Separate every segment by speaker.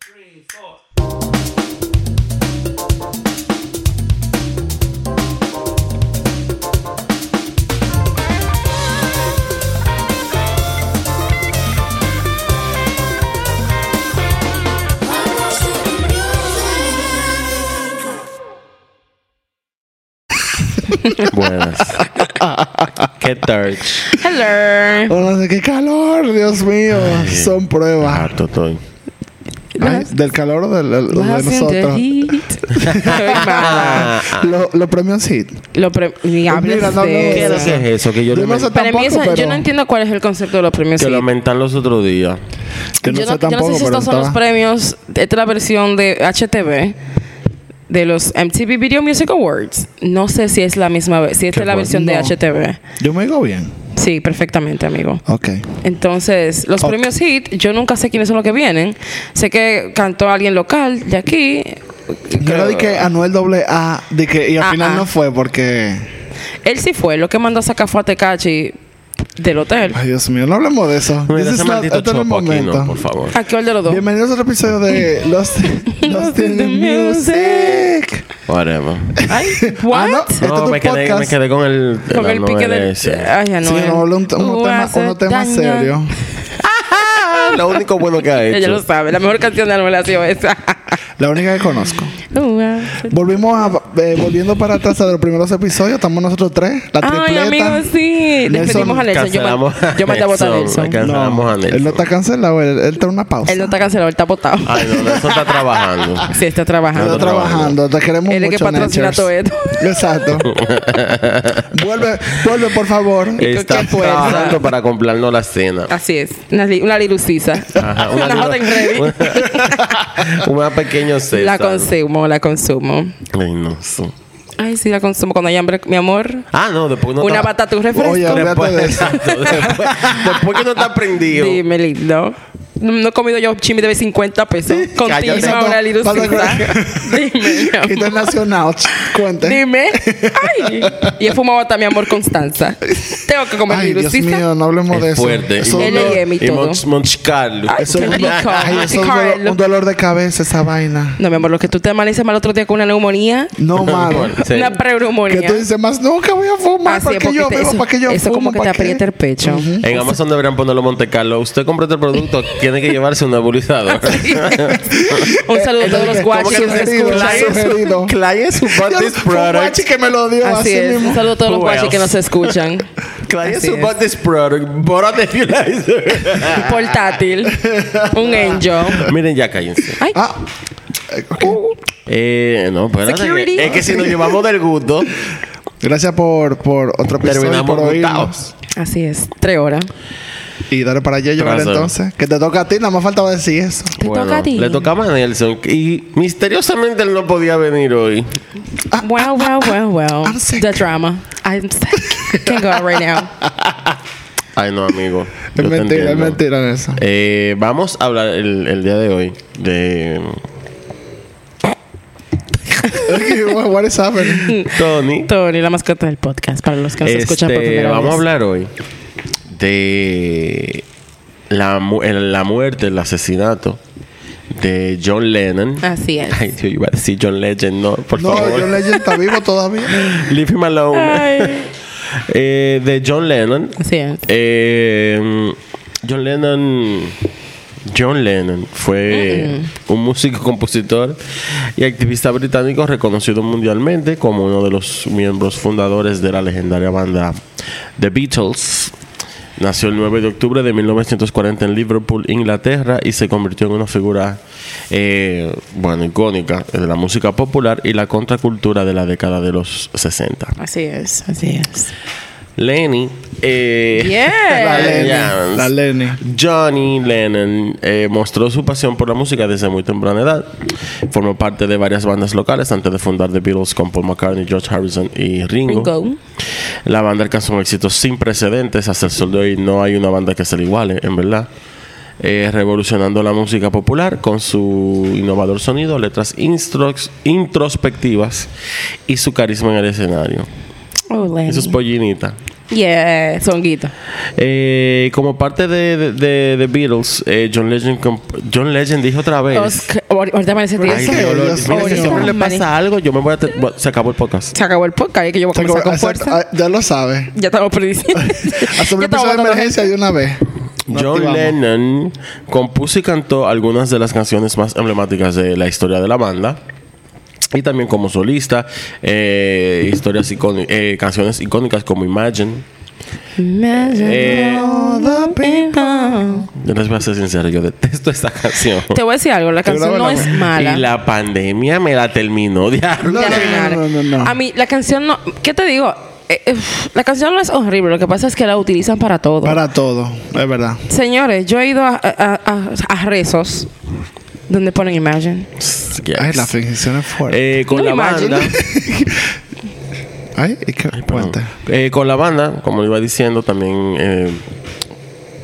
Speaker 1: three, four.
Speaker 2: Buenas. Qué tarde.
Speaker 3: Hello.
Speaker 4: Hola, de qué calor, Dios mío. Son pruebas.
Speaker 2: Harto estoy.
Speaker 4: Ay, ¿Del calor o del, del- de
Speaker 3: Vas haciendo
Speaker 4: nosotros?
Speaker 3: hit. Estoy mala.
Speaker 4: Lo, lo premios hit.
Speaker 3: Lo pre- ni hables
Speaker 4: Pues Mira, no, no,
Speaker 3: de
Speaker 2: ¿Qué
Speaker 3: eso.
Speaker 4: no,
Speaker 2: era que es eso? Que yo,
Speaker 4: Yo
Speaker 2: lo
Speaker 4: no
Speaker 2: men-
Speaker 4: sé
Speaker 3: Para mí
Speaker 4: tampoco,
Speaker 3: eso, yo
Speaker 4: pero-
Speaker 3: no entiendo cuál es el concepto de los premios.
Speaker 2: que
Speaker 3: hit.
Speaker 2: lo mentan los otros días.
Speaker 4: Yo no
Speaker 3: yo,
Speaker 4: sé
Speaker 3: no, yo no
Speaker 4: tampoco,
Speaker 3: sé si
Speaker 4: pero
Speaker 3: estos son los
Speaker 4: estaba-
Speaker 3: premios. Esta es la versión de HTV de los MTV Video Music Awards. No sé si es la misma, ve- si esta
Speaker 2: Qué
Speaker 3: es la
Speaker 2: bueno.
Speaker 3: versión
Speaker 4: No.
Speaker 3: de HTV.
Speaker 4: Yo me digo bien.
Speaker 3: Sí, perfectamente, amigo.
Speaker 4: Ok.
Speaker 3: Entonces, los
Speaker 4: Ok.
Speaker 3: premios HIT, yo nunca sé quiénes son los que vienen. Sé que cantó alguien local de aquí.
Speaker 4: Yo le dije Anuel doble A di que- y al
Speaker 3: Ah,
Speaker 4: final
Speaker 3: ah.
Speaker 4: no fue porque.
Speaker 3: Él sí fue, lo que mandó a sacar fue a Tecachi del hotel.
Speaker 4: Ay, Dios mío, no hablemos de eso.
Speaker 2: Mira
Speaker 4: This
Speaker 2: ese
Speaker 4: is not-
Speaker 2: maldito
Speaker 4: este no es el
Speaker 2: chopo aquí, no,
Speaker 4: momento.
Speaker 2: por favor.
Speaker 3: ¿A qué hora de los dos?
Speaker 4: Bienvenidos a otro episodio de Los Los
Speaker 3: in the
Speaker 4: Music.
Speaker 2: Whatever.
Speaker 3: Ay, what?
Speaker 4: Ah, no. Este es
Speaker 2: No,
Speaker 4: tu
Speaker 2: me quedé,
Speaker 4: podcast.
Speaker 2: me quedé con el.
Speaker 3: Con
Speaker 2: la
Speaker 3: el pique
Speaker 2: novela
Speaker 3: del... Ah.
Speaker 2: ese.
Speaker 3: Ay, ya no.
Speaker 4: Sí, no, hablo un, un tema, un tema serio.
Speaker 2: Ah, Lo único bueno que ha hecho.
Speaker 3: Ella lo sabe. La mejor canción de la novela ha sido esa.
Speaker 4: La única que conozco.
Speaker 3: Who else?
Speaker 4: Volvimos a, eh, volviendo para atrás a los primeros episodios. Estamos nosotros tres, la
Speaker 3: Ay,
Speaker 4: tripleta.
Speaker 3: amigo, sí. Despedimos
Speaker 4: Nelson,
Speaker 3: a Nelson. Yo,
Speaker 2: cancelamos
Speaker 3: man- yo mandé a votar a
Speaker 2: Nelson.
Speaker 3: Nelson.
Speaker 2: Hay que- Cancelamos a Nelson.
Speaker 4: él no está cancelado, él, él está en una pausa.
Speaker 3: Él no está cancelado, él está votado.
Speaker 2: Ay, no, eso está trabajando.
Speaker 3: Sí, está
Speaker 4: Él
Speaker 3: trabajando.
Speaker 4: está trabajando, te queremos
Speaker 3: Él es que
Speaker 4: mucho.
Speaker 3: patrocina
Speaker 4: Natures.
Speaker 3: todo esto.
Speaker 4: Exacto. vuelve, vuelve, por favor.
Speaker 2: Está
Speaker 3: qué fuerza.
Speaker 2: trabajando para comprarnos la cena.
Speaker 3: Así es. Una, li- una lirucisa.
Speaker 2: Ajá,
Speaker 3: una
Speaker 2: libra-
Speaker 3: Ah, Hot and Ready.
Speaker 2: una- una pequeño César.
Speaker 3: La consumo, la consumo.
Speaker 2: Ay, no. sí.
Speaker 3: Ay, sí, la consumo cuando hay hambre, mi amor.
Speaker 2: Ah, no, después no
Speaker 3: una
Speaker 2: está-
Speaker 3: batata, un refresco.
Speaker 4: Oye, olvídate
Speaker 2: Después,
Speaker 4: de eso.
Speaker 2: exacto, después, después que no está prendido.
Speaker 3: Dime, lindo. No, no he comido yo chimi de 50 pesos.
Speaker 2: cállate.
Speaker 3: Continúa una lirucisa. Dime, mi amor.
Speaker 4: Internacional. Cuente.
Speaker 3: Dime. Ay. Y he fumado hasta mi amor Constanza. Tengo que comer
Speaker 4: Ay, Dios
Speaker 3: lirucisa.
Speaker 4: mío, no hablemos de
Speaker 2: es
Speaker 4: eso.
Speaker 2: fuerte.
Speaker 4: Eso es
Speaker 3: Él
Speaker 4: un dolor-
Speaker 3: LM y
Speaker 2: y
Speaker 3: todo.
Speaker 2: Monch- Monch Carlo.
Speaker 3: Ay,
Speaker 4: eso es un
Speaker 3: Qué rico.
Speaker 4: ay, eso es un dolor-
Speaker 3: Carlo.
Speaker 4: un dolor de cabeza esa vaina.
Speaker 3: No, mi amor, lo que tú te amaneciste mal otro día con una neumonía.
Speaker 4: No, mano.
Speaker 2: Bueno, sí.
Speaker 3: Una
Speaker 4: Que
Speaker 3: preumonía.
Speaker 4: tú dices más, nunca voy a fumar.
Speaker 3: Así
Speaker 4: ¿Para
Speaker 3: es,
Speaker 4: qué
Speaker 3: porque
Speaker 4: yo
Speaker 3: te-
Speaker 4: bebo?
Speaker 3: eso,
Speaker 4: ¿Para qué yo
Speaker 3: eso
Speaker 4: fumo?
Speaker 3: como que te
Speaker 4: ¿Para qué?
Speaker 3: aprieta el pecho.
Speaker 2: En Amazon deberían ponerlo Monte Carlo. Usted compra este producto, tiene que llevarse un nebulizador.
Speaker 3: Un saludo a todos los
Speaker 4: Entonces, ¿cómo
Speaker 3: guachos
Speaker 4: que
Speaker 3: que nos
Speaker 4: sugerido?
Speaker 3: escuchan.
Speaker 4: Client- sugerido.
Speaker 2: Clients who bought
Speaker 4: Yo
Speaker 2: this
Speaker 4: fui un guachi
Speaker 2: product.
Speaker 4: que me lo dio
Speaker 3: Así
Speaker 4: así,
Speaker 3: es. Un
Speaker 4: mismo.
Speaker 3: saludo a todos los
Speaker 2: Who
Speaker 3: guachos que
Speaker 2: else?
Speaker 3: nos escuchan.
Speaker 2: Clients
Speaker 3: Así
Speaker 2: who
Speaker 3: es.
Speaker 2: bought this product bought a nebulizer.
Speaker 3: Portátil. Un angel.
Speaker 2: Miren, ya cállense.
Speaker 3: Ay,
Speaker 4: Ah, eh, ok.
Speaker 2: Eh, no, espérate.
Speaker 3: Security.
Speaker 2: Es que si nos llevamos del gusto,
Speaker 4: Gracias por, por otro episodio y
Speaker 2: terminamos
Speaker 4: por oírnos.
Speaker 2: gustados.
Speaker 3: así es. Tres horas.
Speaker 4: Y dale para allá llevar
Speaker 2: Trasero.
Speaker 4: entonces. Que te toca a ti, nada más faltaba decir eso.
Speaker 3: Te toca a ti.
Speaker 2: Le tocaba a Nelson. Y misteriosamente él no podía venir hoy.
Speaker 3: Well, well, well, well.
Speaker 4: I'm sick.
Speaker 3: The drama. I'm sick. Can't go out right now.
Speaker 2: Ay, no, amigo. Yo
Speaker 4: Es
Speaker 2: te
Speaker 4: mentira, es
Speaker 2: entiendo.
Speaker 4: mentira eso.
Speaker 2: Eh, vamos a hablar el, el día de hoy de
Speaker 4: Ok, What is happening?
Speaker 2: Tony.
Speaker 3: Tony, la mascota del podcast, para los que nos escuchan por
Speaker 2: Este,
Speaker 3: primera
Speaker 2: vamos a
Speaker 3: vez.
Speaker 2: hablar hoy de la, mu- el- la muerte, el asesinato de John Lennon.
Speaker 3: Así es.
Speaker 2: Ay, yo iba a decir John Legend, no, por
Speaker 4: No,
Speaker 2: favor.
Speaker 4: John Legend está vivo todavía.
Speaker 2: Leave him alone.
Speaker 3: Ay.
Speaker 2: Eh, de John Lennon.
Speaker 3: Así es.
Speaker 2: Eh, John Lennon. John Lennon fue un músico, compositor y activista británico reconocido mundialmente como uno de los miembros fundadores de la legendaria banda The Beatles. Nació el 9 de octubre de 1940 en Liverpool, Inglaterra, y se convirtió en una figura, eh, bueno, icónica de la música popular y la contracultura de la década de los 60.
Speaker 3: Así es, así es.
Speaker 2: Lenny. Eh,
Speaker 4: La
Speaker 3: Yeah.
Speaker 4: Lenny.
Speaker 2: Yes.
Speaker 4: La Lenny.
Speaker 2: Johnny Lennon eh, mostró su pasión por la música desde muy temprana edad. Formó parte de varias bandas locales antes de fundar The Beatles con Paul McCartney, George Harrison y Ringo.
Speaker 3: Go.
Speaker 2: La banda alcanzó un éxito sin precedentes. Hasta el sol de hoy no hay una banda que se le iguale, en verdad. Eh, revolucionando la música popular con su innovador sonido, letras instros- introspectivas y su carisma en el escenario.
Speaker 3: Oh, Lenny.
Speaker 2: Eso es pollinita.
Speaker 3: Yeah, songuito.
Speaker 2: Eh, como parte de, de, de- de Beatles, eh, John, Legend comp- John Legend dijo otra vez.
Speaker 3: Oscar- ahor- ahorita parece que
Speaker 2: Ay,
Speaker 4: Eso
Speaker 2: qué
Speaker 4: es,
Speaker 2: dolor.
Speaker 4: Dios
Speaker 2: Mira, si a
Speaker 4: mío.
Speaker 2: ese hombre le pasa algo, yo me voy a. te- bueno, se acabó el podcast.
Speaker 3: se acabó el podcast, es que yo voy a comenzar con
Speaker 4: Exacto.
Speaker 3: fuerza.
Speaker 4: Ah, ya lo sabes.
Speaker 3: Ya estamos prediciendo.
Speaker 4: Hacemos un
Speaker 3: Ya estamos
Speaker 4: episodio de
Speaker 3: hablando
Speaker 4: emergencia de una vez. Nos
Speaker 2: John
Speaker 4: activamos.
Speaker 2: Lennon compuso y cantó algunas de las canciones más emblemáticas de la historia de la banda. Y también como solista, eh, historias icóni- eh, canciones icónicas como Imagine. Eh, yo les voy a ser sincero, yo detesto esta canción.
Speaker 3: Te voy a ¿ah? decir algo, la
Speaker 4: Pero
Speaker 3: canción no
Speaker 4: dámela,
Speaker 3: es
Speaker 4: güey.
Speaker 3: mala.
Speaker 2: Y la pandemia me la terminó, diablo.
Speaker 4: No,
Speaker 3: Ya,
Speaker 4: no,
Speaker 3: ya, ya.
Speaker 4: no, no, no, no.
Speaker 3: A mí, la canción no. ¿Qué te digo? Eh, eh, la canción no es horrible, lo que pasa es que la utilizan para todo.
Speaker 4: Para todo, es verdad.
Speaker 3: Señores, yo he ido a, a- a- a rezos donde ponen Imagine.
Speaker 2: Yes.
Speaker 4: Ay, la fricción es fuerte.
Speaker 2: Eh, con
Speaker 3: No
Speaker 2: la
Speaker 3: Imagine.
Speaker 2: banda.
Speaker 4: Ay, es que
Speaker 2: Eh, Perdón.
Speaker 4: cuenta.
Speaker 2: Eh, con la banda, como le iba diciendo, también eh,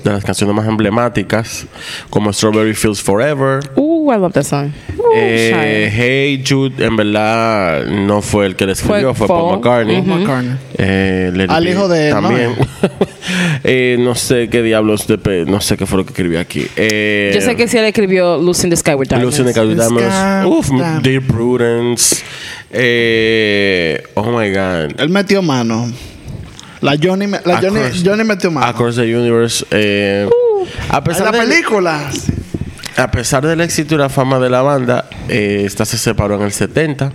Speaker 2: de las canciones más emblemáticas, como Strawberry Fields Forever,
Speaker 3: Uh, I love that song. Uh,
Speaker 2: eh,
Speaker 3: Shine.
Speaker 2: Hey Jude, en verdad no fue el que le escribió,
Speaker 3: Fue
Speaker 2: fue, Paul
Speaker 3: Paul.
Speaker 2: McCartney.
Speaker 3: Ujú.
Speaker 4: McCartney.
Speaker 2: Eh, Let It
Speaker 4: Al
Speaker 2: Be
Speaker 4: hijo de él, ¿no?
Speaker 2: también. Eh, no sé qué diablos, de pe- no sé qué fue lo que escribí aquí. Eh,
Speaker 3: yo sé que sí le escribió Lucy in the Sky with Diamonds.
Speaker 2: Lucy de
Speaker 4: Diamonds.
Speaker 2: Uf,
Speaker 4: Diamonds.
Speaker 2: Dear Prudence. Eh, oh my God.
Speaker 4: Él metió mano. La Johnny, me- la Johnny,
Speaker 2: Across-
Speaker 4: Johnny metió mano.
Speaker 2: Across the Universe. eh, a,
Speaker 4: En la
Speaker 2: pesar del,
Speaker 4: película.
Speaker 2: a pesar del éxito y la fama de la banda, eh, esta se separó en el 70.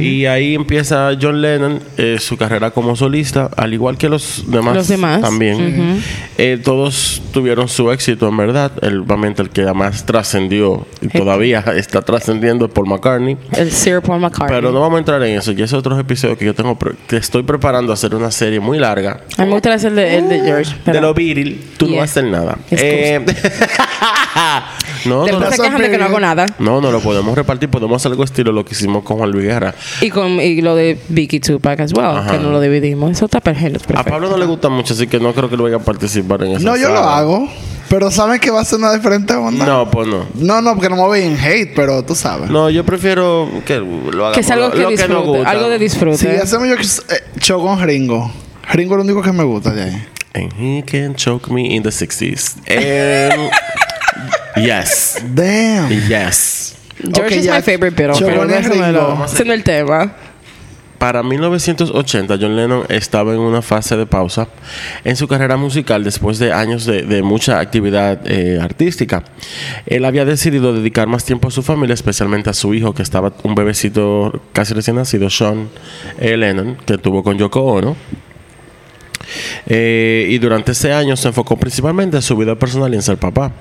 Speaker 2: Y ahí empieza John Lennon eh, su carrera como solista, al igual que los demás.
Speaker 3: Los demás.
Speaker 2: También. Eh, todos tuvieron su éxito, en verdad. El, obviamente el que más trascendió y todavía está trascendiendo es Paul McCartney.
Speaker 3: El Sir Paul McCartney.
Speaker 2: Pero no vamos a entrar en eso. Y esos otros episodios que yo tengo, pre- que estoy preparando a hacer una serie muy larga.
Speaker 3: A mí me gustaría hacer el de, el de George.
Speaker 2: de
Speaker 3: pero-
Speaker 2: lo viril, tú no
Speaker 3: Yeah.
Speaker 2: vas a hacer nada.
Speaker 3: Excuse.
Speaker 2: Eh, no,
Speaker 3: Te
Speaker 2: no, no,
Speaker 3: empiezas
Speaker 4: Razón,
Speaker 3: quejando que no hago
Speaker 4: baby.
Speaker 3: nada.
Speaker 2: no, no lo podemos repartir. Podemos hacer algo estilo lo que hicimos con Juan Luis Guerra.
Speaker 3: Y, con, y lo de Vicky Tupac as well,
Speaker 2: Ajá.
Speaker 3: que no lo dividimos. Eso está perfecto.
Speaker 2: A Pablo no le gusta mucho, así que no creo que lo vaya a participar en eso.
Speaker 4: No, yo lo hago. Pero saben que va a ser una diferente onda.
Speaker 2: No, pues no.
Speaker 4: No, no, porque no me voy en hate, pero tú sabes.
Speaker 2: No, yo prefiero que lo hagamos.
Speaker 3: que es algo
Speaker 2: lo-
Speaker 3: que
Speaker 2: lo
Speaker 3: disfrute.
Speaker 2: nos gusta.
Speaker 3: algo de disfrute.
Speaker 4: Si hacemos yo eh, show con Ringo. Ringo es lo único que me gusta de ahí.
Speaker 2: And he can choke me in the 60s. Em, yes.
Speaker 4: Damn.
Speaker 2: Yes.
Speaker 3: George
Speaker 4: Ok,
Speaker 3: is
Speaker 4: ya.
Speaker 3: my favorite Beatle,
Speaker 4: Yo
Speaker 3: pero
Speaker 4: voy a
Speaker 3: eso no
Speaker 4: Ringo.
Speaker 3: lo- ese no es el tema.
Speaker 2: Para 1980, John Lennon estaba en una fase de pausa en su carrera musical después de años de, de mucha actividad eh, artística. Él había decidido dedicar más tiempo a su familia, especialmente a su hijo, que estaba un bebecito casi recién nacido, Sean eh, Lennon, que tuvo con Yoko Ono. Eh, y durante ese año se enfocó principalmente en su vida personal y en ser papá.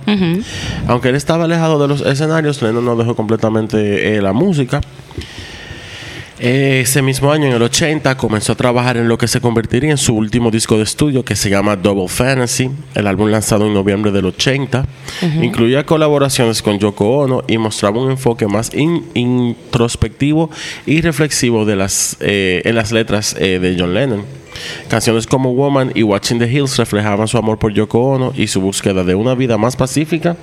Speaker 2: Aunque él estaba alejado de los escenarios, Lennon no dejó completamente eh, la música. Eh, Ese mismo año, en el 80, comenzó a trabajar en lo que se convertiría en su último disco de estudio que se llama Double Fantasy, el álbum lanzado en noviembre del 80. Incluía colaboraciones con Yoko Ono y mostraba un enfoque más in- introspectivo y reflexivo de las, eh, en las letras eh, de John Lennon. Canciones como Woman y Watching the Hills reflejaban su amor por Yoko Ono y su búsqueda de una vida más pacífica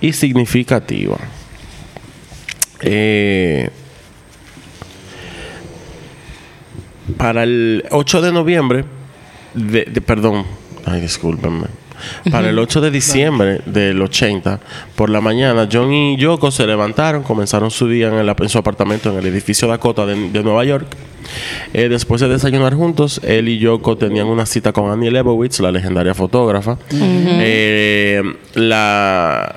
Speaker 2: y significativa. Eh, Para el 8 de noviembre, de, de- perdón, ay, discúlpenme. Para el 8 de diciembre del 80, por la mañana, John y Yoko se levantaron, comenzaron su día en, el- en su apartamento en el edificio Dakota de, de Nueva York. Eh, después de desayunar juntos, él y Yoko tenían una cita con Annie Leibovitz, la legendaria fotógrafa. Eh, la,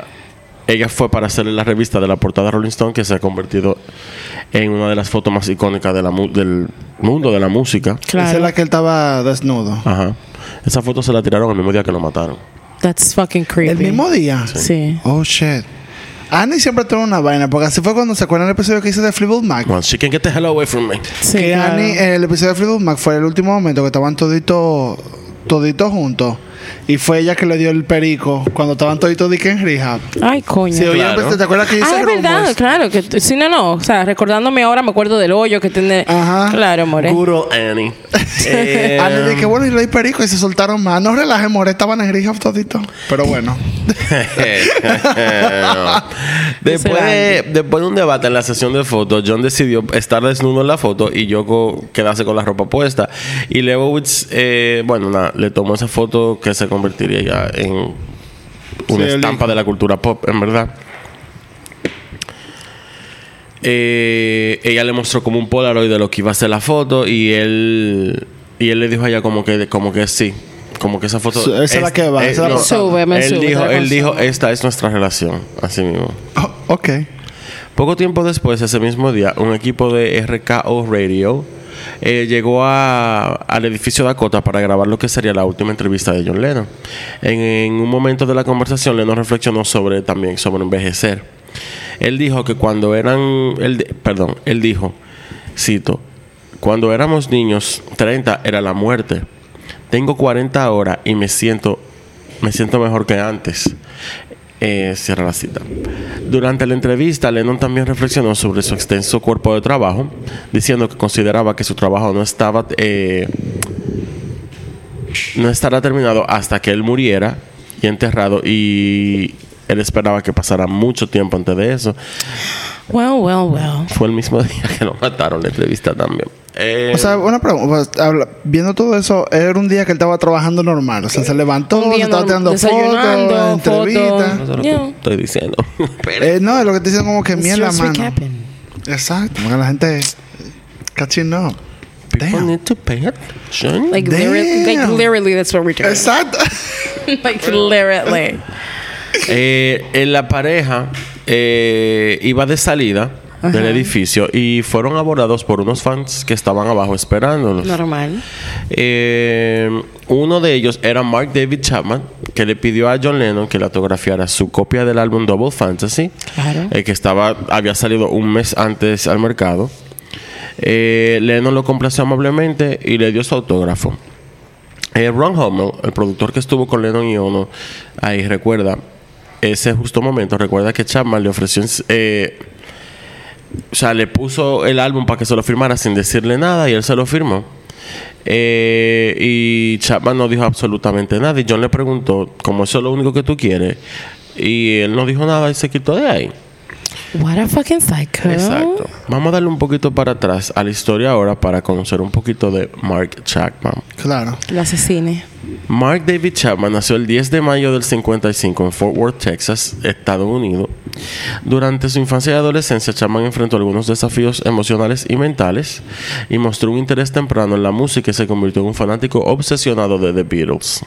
Speaker 2: ella fue para hacerle la revista de la portada Rolling Stone, que se ha convertido en una de las fotos más icónicas de la mu- del mundo de la música.
Speaker 4: Esa es
Speaker 3: Claro.
Speaker 4: la que él estaba desnudo.
Speaker 2: Ajá. Esa foto se la tiraron el mismo día que lo mataron.
Speaker 3: That's fucking creepy.
Speaker 4: El mismo día.
Speaker 3: Sí.
Speaker 4: Oh shit. Annie siempre tuvo una vaina, porque así fue cuando se acuerdan el episodio que hice de Fleetwood Mac.
Speaker 2: Well, she can get the hell away from me.
Speaker 3: Sí,
Speaker 4: que
Speaker 3: claro.
Speaker 4: Annie, el episodio de Fleetwood Mac fue el último momento que estaban toditos toditos juntos. Y fue ella que le dio el perico cuando estaban toditos de que en rija.
Speaker 3: Ay, coño.
Speaker 4: Si oían,
Speaker 2: Claro.
Speaker 4: ¿te acuerdas que hice
Speaker 3: Ah, es verdad,
Speaker 4: Rumors?
Speaker 3: claro. que t- Sí, no, no. O sea, recordándome ahora me acuerdo del hoyo que tiene.
Speaker 4: Ajá.
Speaker 3: Claro, More.
Speaker 2: Good old Annie. Eh,
Speaker 4: Ah, le dije, bueno, y le di perico y se soltaron más. No relajes, more, estaban en rija todito. Pero bueno.
Speaker 2: No. después, de, después de un debate en la sesión de fotos, John decidió estar desnudo en la foto y Yoko quedarse con la ropa puesta. Y Leibowitz, eh, bueno, nada, le tomó esa foto que se convertiría ya en una
Speaker 4: Sí, el-
Speaker 2: estampa de la cultura pop, en verdad. Eh, ella le mostró como un Polaroid de lo que iba a ser la foto y él y él le dijo a ella como que como que sí, como que esa foto
Speaker 4: Sí, esa es la que va, esa es la portada.
Speaker 3: Súbeme,
Speaker 2: él
Speaker 3: súbeme,
Speaker 2: dijo,
Speaker 3: te la
Speaker 2: él dijo,
Speaker 3: consumo.
Speaker 2: esta es nuestra relación, así mismo.
Speaker 4: Oh, ok.
Speaker 2: Poco tiempo después, ese mismo día, un equipo de RKO Radio eh, llegó a- al edificio Dakota para grabar lo que sería la última entrevista de John Lennon. En, en un momento de la conversación, Lennon reflexionó sobre también sobre envejecer. Él dijo que cuando eran, él, di- perdón, él dijo, cito, cuando éramos niños, 30 era la muerte. Tengo 40 ahora y me siento, me siento mejor que antes. Eh, cierra la cita. Durante la entrevista, Lennon también reflexionó sobre su extenso cuerpo de trabajo, diciendo que consideraba que su trabajo no estaba eh, no estará terminado hasta que él muriera y enterrado y él esperaba que pasara mucho tiempo antes de eso.
Speaker 3: Well, well, well.
Speaker 2: Fue el mismo día que lo mataron la entrevista también. Eh,
Speaker 4: O sea, una pregunta. pues, habla- viendo todo eso, era un día que él estaba trabajando normal. O sea, se levantó,
Speaker 3: Un
Speaker 4: se
Speaker 3: día
Speaker 4: estaba tirando
Speaker 3: normal,
Speaker 4: fotos,
Speaker 3: desayunando, fotos.
Speaker 4: entrevistas.
Speaker 2: no sé lo que
Speaker 3: yeah.
Speaker 2: estoy diciendo. Pero-
Speaker 4: Eh, no, es lo que te dicen como que
Speaker 3: It's
Speaker 4: mierda,
Speaker 3: just
Speaker 4: mano.
Speaker 3: recapping.
Speaker 4: Exacto. Porque la gente. Cachín no.
Speaker 2: People
Speaker 4: Damn.
Speaker 2: need to pay attention.
Speaker 3: Like,
Speaker 4: Damn.
Speaker 3: lyri- like literally, that's what we're doing.
Speaker 4: Exacto.
Speaker 3: like literally.
Speaker 2: Eh, en la pareja eh, iba de salida del edificio y fueron abordados por unos fans que estaban abajo esperándolos.
Speaker 3: Normal.
Speaker 2: Eh, uno de ellos era Mark David Chapman, que le pidió a John Lennon que le autografiara su copia del álbum Double Fantasy,
Speaker 3: Claro.
Speaker 2: eh, que estaba, había salido un mes antes al mercado. Eh, Lennon lo complació amablemente y le dio su autógrafo. Eh, Ron Hummel, el productor que estuvo con Lennon y Ono, ahí recuerda ese justo momento, recuerda que Chapman le ofreció, eh, o sea, le puso el álbum para que se lo firmara sin decirle nada y él se lo firmó. Eh, y Chapman no dijo absolutamente nada y John le preguntó, como eso es lo único que tú quieres, y él no dijo nada y se quitó de ahí.
Speaker 3: What a fucking psycho.
Speaker 2: Exacto. Vamos a darle un poquito para atrás a la historia ahora para conocer un poquito de Mark Chapman.
Speaker 4: Claro.
Speaker 3: Lo asesine.
Speaker 2: Mark David Chapman nació el 10 de mayo del 55 en Fort Worth, Texas, Estados Unidos. Durante su infancia y adolescencia, Chapman enfrentó algunos desafíos emocionales y mentales y mostró un interés temprano en la música y se convirtió en un fanático obsesionado de The Beatles.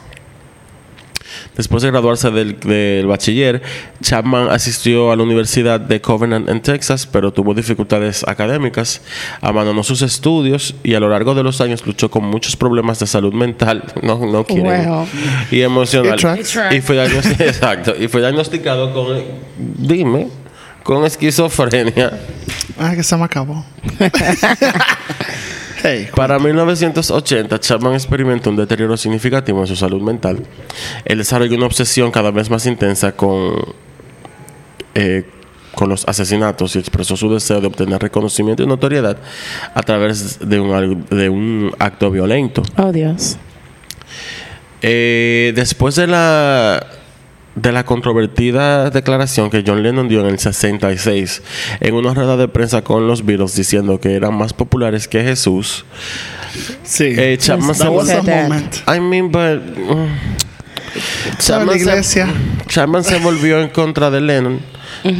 Speaker 2: Después de graduarse del, del bachiller, Chapman asistió a la Universidad de Covenant en Texas, pero tuvo dificultades académicas, abandonó sus estudios y a lo largo de los años luchó con muchos problemas de salud mental, no, no quieren,
Speaker 3: Wow.
Speaker 2: y emocional.
Speaker 4: It tracks.
Speaker 3: It tracks.
Speaker 2: Y fue, diagnos- exacto, y fue diagnosticado con, dime, con esquizofrenia.
Speaker 4: Ah, que se me acabó. hey.
Speaker 2: Para 1980, Chapman experimentó un deterioro significativo en su salud mental. Él desarrolló una obsesión cada vez más intensa con, eh, con los asesinatos y expresó su deseo de obtener reconocimiento y notoriedad a través de un, al- de un acto violento.
Speaker 3: Oh, Dios.
Speaker 2: Eh, después de la de la controvertida declaración que John Lennon dio en el 66 en una rueda de prensa con los Beatles diciendo que eran más populares que Jesús,
Speaker 4: Sí.
Speaker 2: eh, Chapman se
Speaker 4: That was a
Speaker 3: Said that.
Speaker 4: moment.
Speaker 2: I mean, but. mm,
Speaker 4: Sabe la
Speaker 2: Chapman se-
Speaker 4: iglesia.
Speaker 2: Chapman se volvió en contra de Lennon.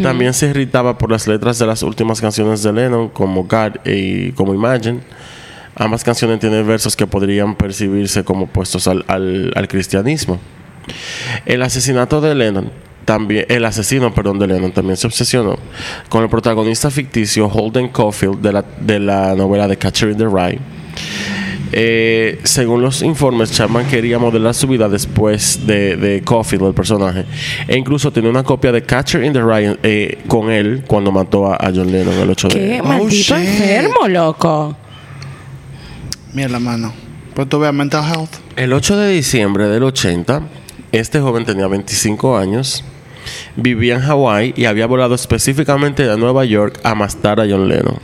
Speaker 2: También se irritaba por las letras de las últimas canciones de Lennon, como God y como Imagine. Ambas canciones tienen versos que podrían percibirse como opuestos al, al- al cristianismo. El asesinato de Lennon, también, el asesino, perdón, de Lennon también se obsesionó con el protagonista ficticio Holden Caulfield de la, de la novela The Catcher in the Rye. Eh, según los informes, Chapman quería modelar su vida después de, de Caulfield, el personaje. E incluso tenía una copia de Catcher in the Rye eh, con él cuando mató a, a John Lennon el 8
Speaker 3: Qué
Speaker 2: de
Speaker 3: maldito
Speaker 4: shit.
Speaker 3: enfermo, loco.
Speaker 4: Mira la mano. Pues tuve a mental health.
Speaker 2: El 8 de diciembre del 80, este joven tenía 25 años, vivía en Hawái y había volado específicamente de Nueva York a mastar a John Lennon.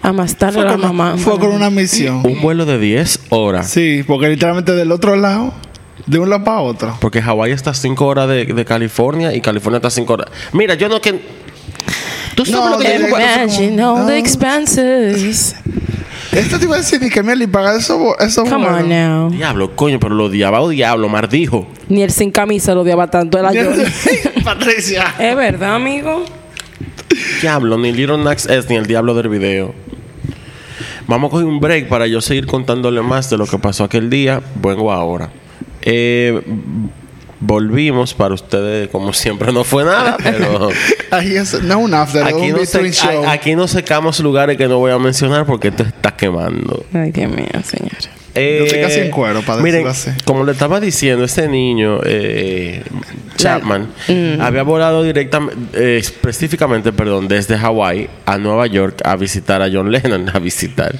Speaker 3: A más tarde
Speaker 4: Fue,
Speaker 3: la
Speaker 4: con,
Speaker 3: mamá.
Speaker 4: fue con una misión.
Speaker 2: Un vuelo de 10 horas.
Speaker 4: Sí, porque literalmente del otro lado, de un lado para otro.
Speaker 2: Porque Hawái está a 5 horas de, de California y California está a 5 horas. Mira, yo no que... ¿Tú sabes
Speaker 4: No,
Speaker 2: lo que yo-
Speaker 4: de-
Speaker 3: Imagine all
Speaker 4: No.
Speaker 3: the expenses.
Speaker 4: Esto te iba a decir, ni que Meli paga eso. eso
Speaker 3: Come
Speaker 4: bueno.
Speaker 3: on now.
Speaker 2: Diablo, coño, pero lo odiaba, o diablo, mardijo.
Speaker 3: Ni el sin camisa lo odiaba tanto. Era yo.
Speaker 4: Patricia.
Speaker 3: es verdad, amigo.
Speaker 2: Diablo, ni Little Nax es ni el diablo del video. Vamos a coger un break para yo seguir contándole más de lo que pasó aquel día. Vengo ahora. Eh, volvimos para ustedes, como siempre, no fue nada, pero
Speaker 4: Ahí es, no es un after,
Speaker 2: aquí
Speaker 4: es un
Speaker 2: no,
Speaker 4: between
Speaker 2: se-
Speaker 4: show.
Speaker 2: a- aquí no secamos lugares que no voy a mencionar porque esto está quemando.
Speaker 3: Ay, Dios mío, señor.
Speaker 2: Eh,
Speaker 4: Yo estoy casi en cuero, para
Speaker 2: miren,
Speaker 4: decirlo así.
Speaker 2: Como le estaba diciendo, ese niño, eh, Chapman, había volado directamente, específicamente, perdón, desde Hawái a Nueva York a visitar a John Lennon, a visitar.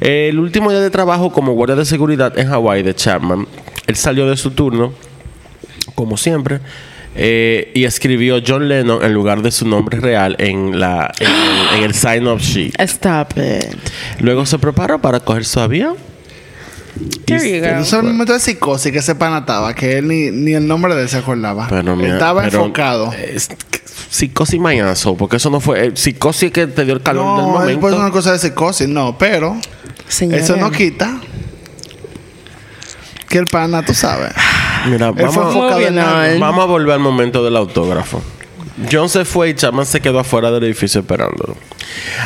Speaker 2: Eh, el último día de trabajo como guardia de seguridad en Hawái de Chapman, él salió de su turno, como siempre. eh, y escribió John Lennon en lugar de su nombre real en la en, el- en el sign up sheet.
Speaker 3: Stop it.
Speaker 2: Luego se preparó para coger su avión. Este,
Speaker 3: There you
Speaker 4: Pero
Speaker 3: go.
Speaker 4: Eso es el momento de psicosis que ese pana estaba, que él ni, ni el nombre de él se acordaba.
Speaker 2: Pero mira,
Speaker 4: estaba
Speaker 2: pero,
Speaker 4: enfocado.
Speaker 2: eh, psicosis mañazo, porque eso no fue. eh, psicosis que te dio el calor del
Speaker 4: No, él
Speaker 2: momento.
Speaker 4: puede ser una cosa de psicosis, no, pero
Speaker 3: Señora.
Speaker 4: eso no quita que el pana, tú sabes.
Speaker 2: Mira,
Speaker 4: Él fue
Speaker 2: vamos,
Speaker 4: enfocado en
Speaker 3: Moving
Speaker 4: algo.
Speaker 3: on.
Speaker 2: vamos a volver al momento del autógrafo. John se fue y Chapman se quedó afuera del edificio esperándolo.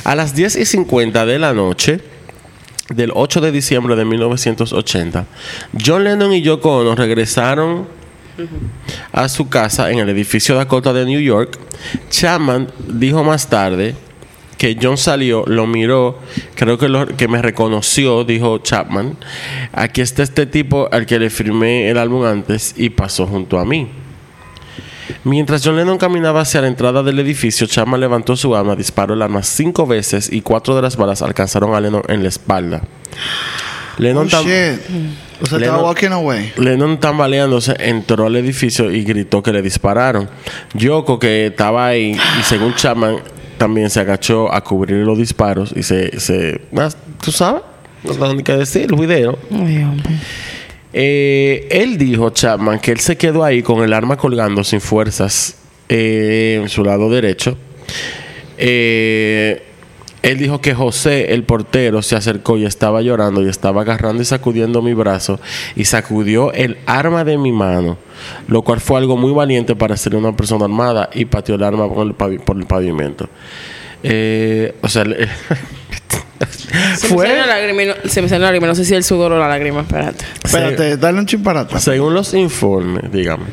Speaker 2: A las 10 y 50 de la noche del 8 de diciembre de 1980, John Lennon y Yoko Ono regresaron a su casa en el edificio Dakota de New York. Chapman dijo más tarde que John salió, lo miró, creo que, lo- que me reconoció, dijo Chapman. Aquí está este tipo al que le firmé el álbum antes y pasó junto a mí. Mientras John Lennon caminaba hacia la entrada del edificio, Chapman levantó su arma, disparó el arma cinco veces y cuatro de las balas alcanzaron a Lennon en la espalda.
Speaker 4: Oh,
Speaker 2: Lennon, tam-
Speaker 4: shit. O sea, estaba
Speaker 2: Lennon-
Speaker 4: walking away.
Speaker 2: Lennon tambaleándose entró al edificio y gritó que le dispararon. Yoko, que estaba ahí, y según Chapman, también se agachó a cubrir los disparos y se... se ah, ¿Tú sabes? No tengo ni que decir, el video.
Speaker 3: Ay, hombre.
Speaker 2: Eh, él dijo, Chapman, que él se quedó ahí con el arma colgando sin fuerzas eh, en su lado derecho. Eh, él dijo que José, el portero, se acercó y estaba llorando y estaba agarrando y sacudiendo mi brazo y sacudió el arma de mi mano, lo cual fue algo muy valiente para ser una persona armada y pateó el arma por el, pavi- por el pavimento. Eh, o sea, le-
Speaker 3: Se me
Speaker 2: fue...
Speaker 3: salió la lágrima, y no- se me salió la lágrima. No sé si el sudor o la lágrima. Espérate.
Speaker 4: Espérate, dale un chin para atrás.
Speaker 2: Según los informes, digamos.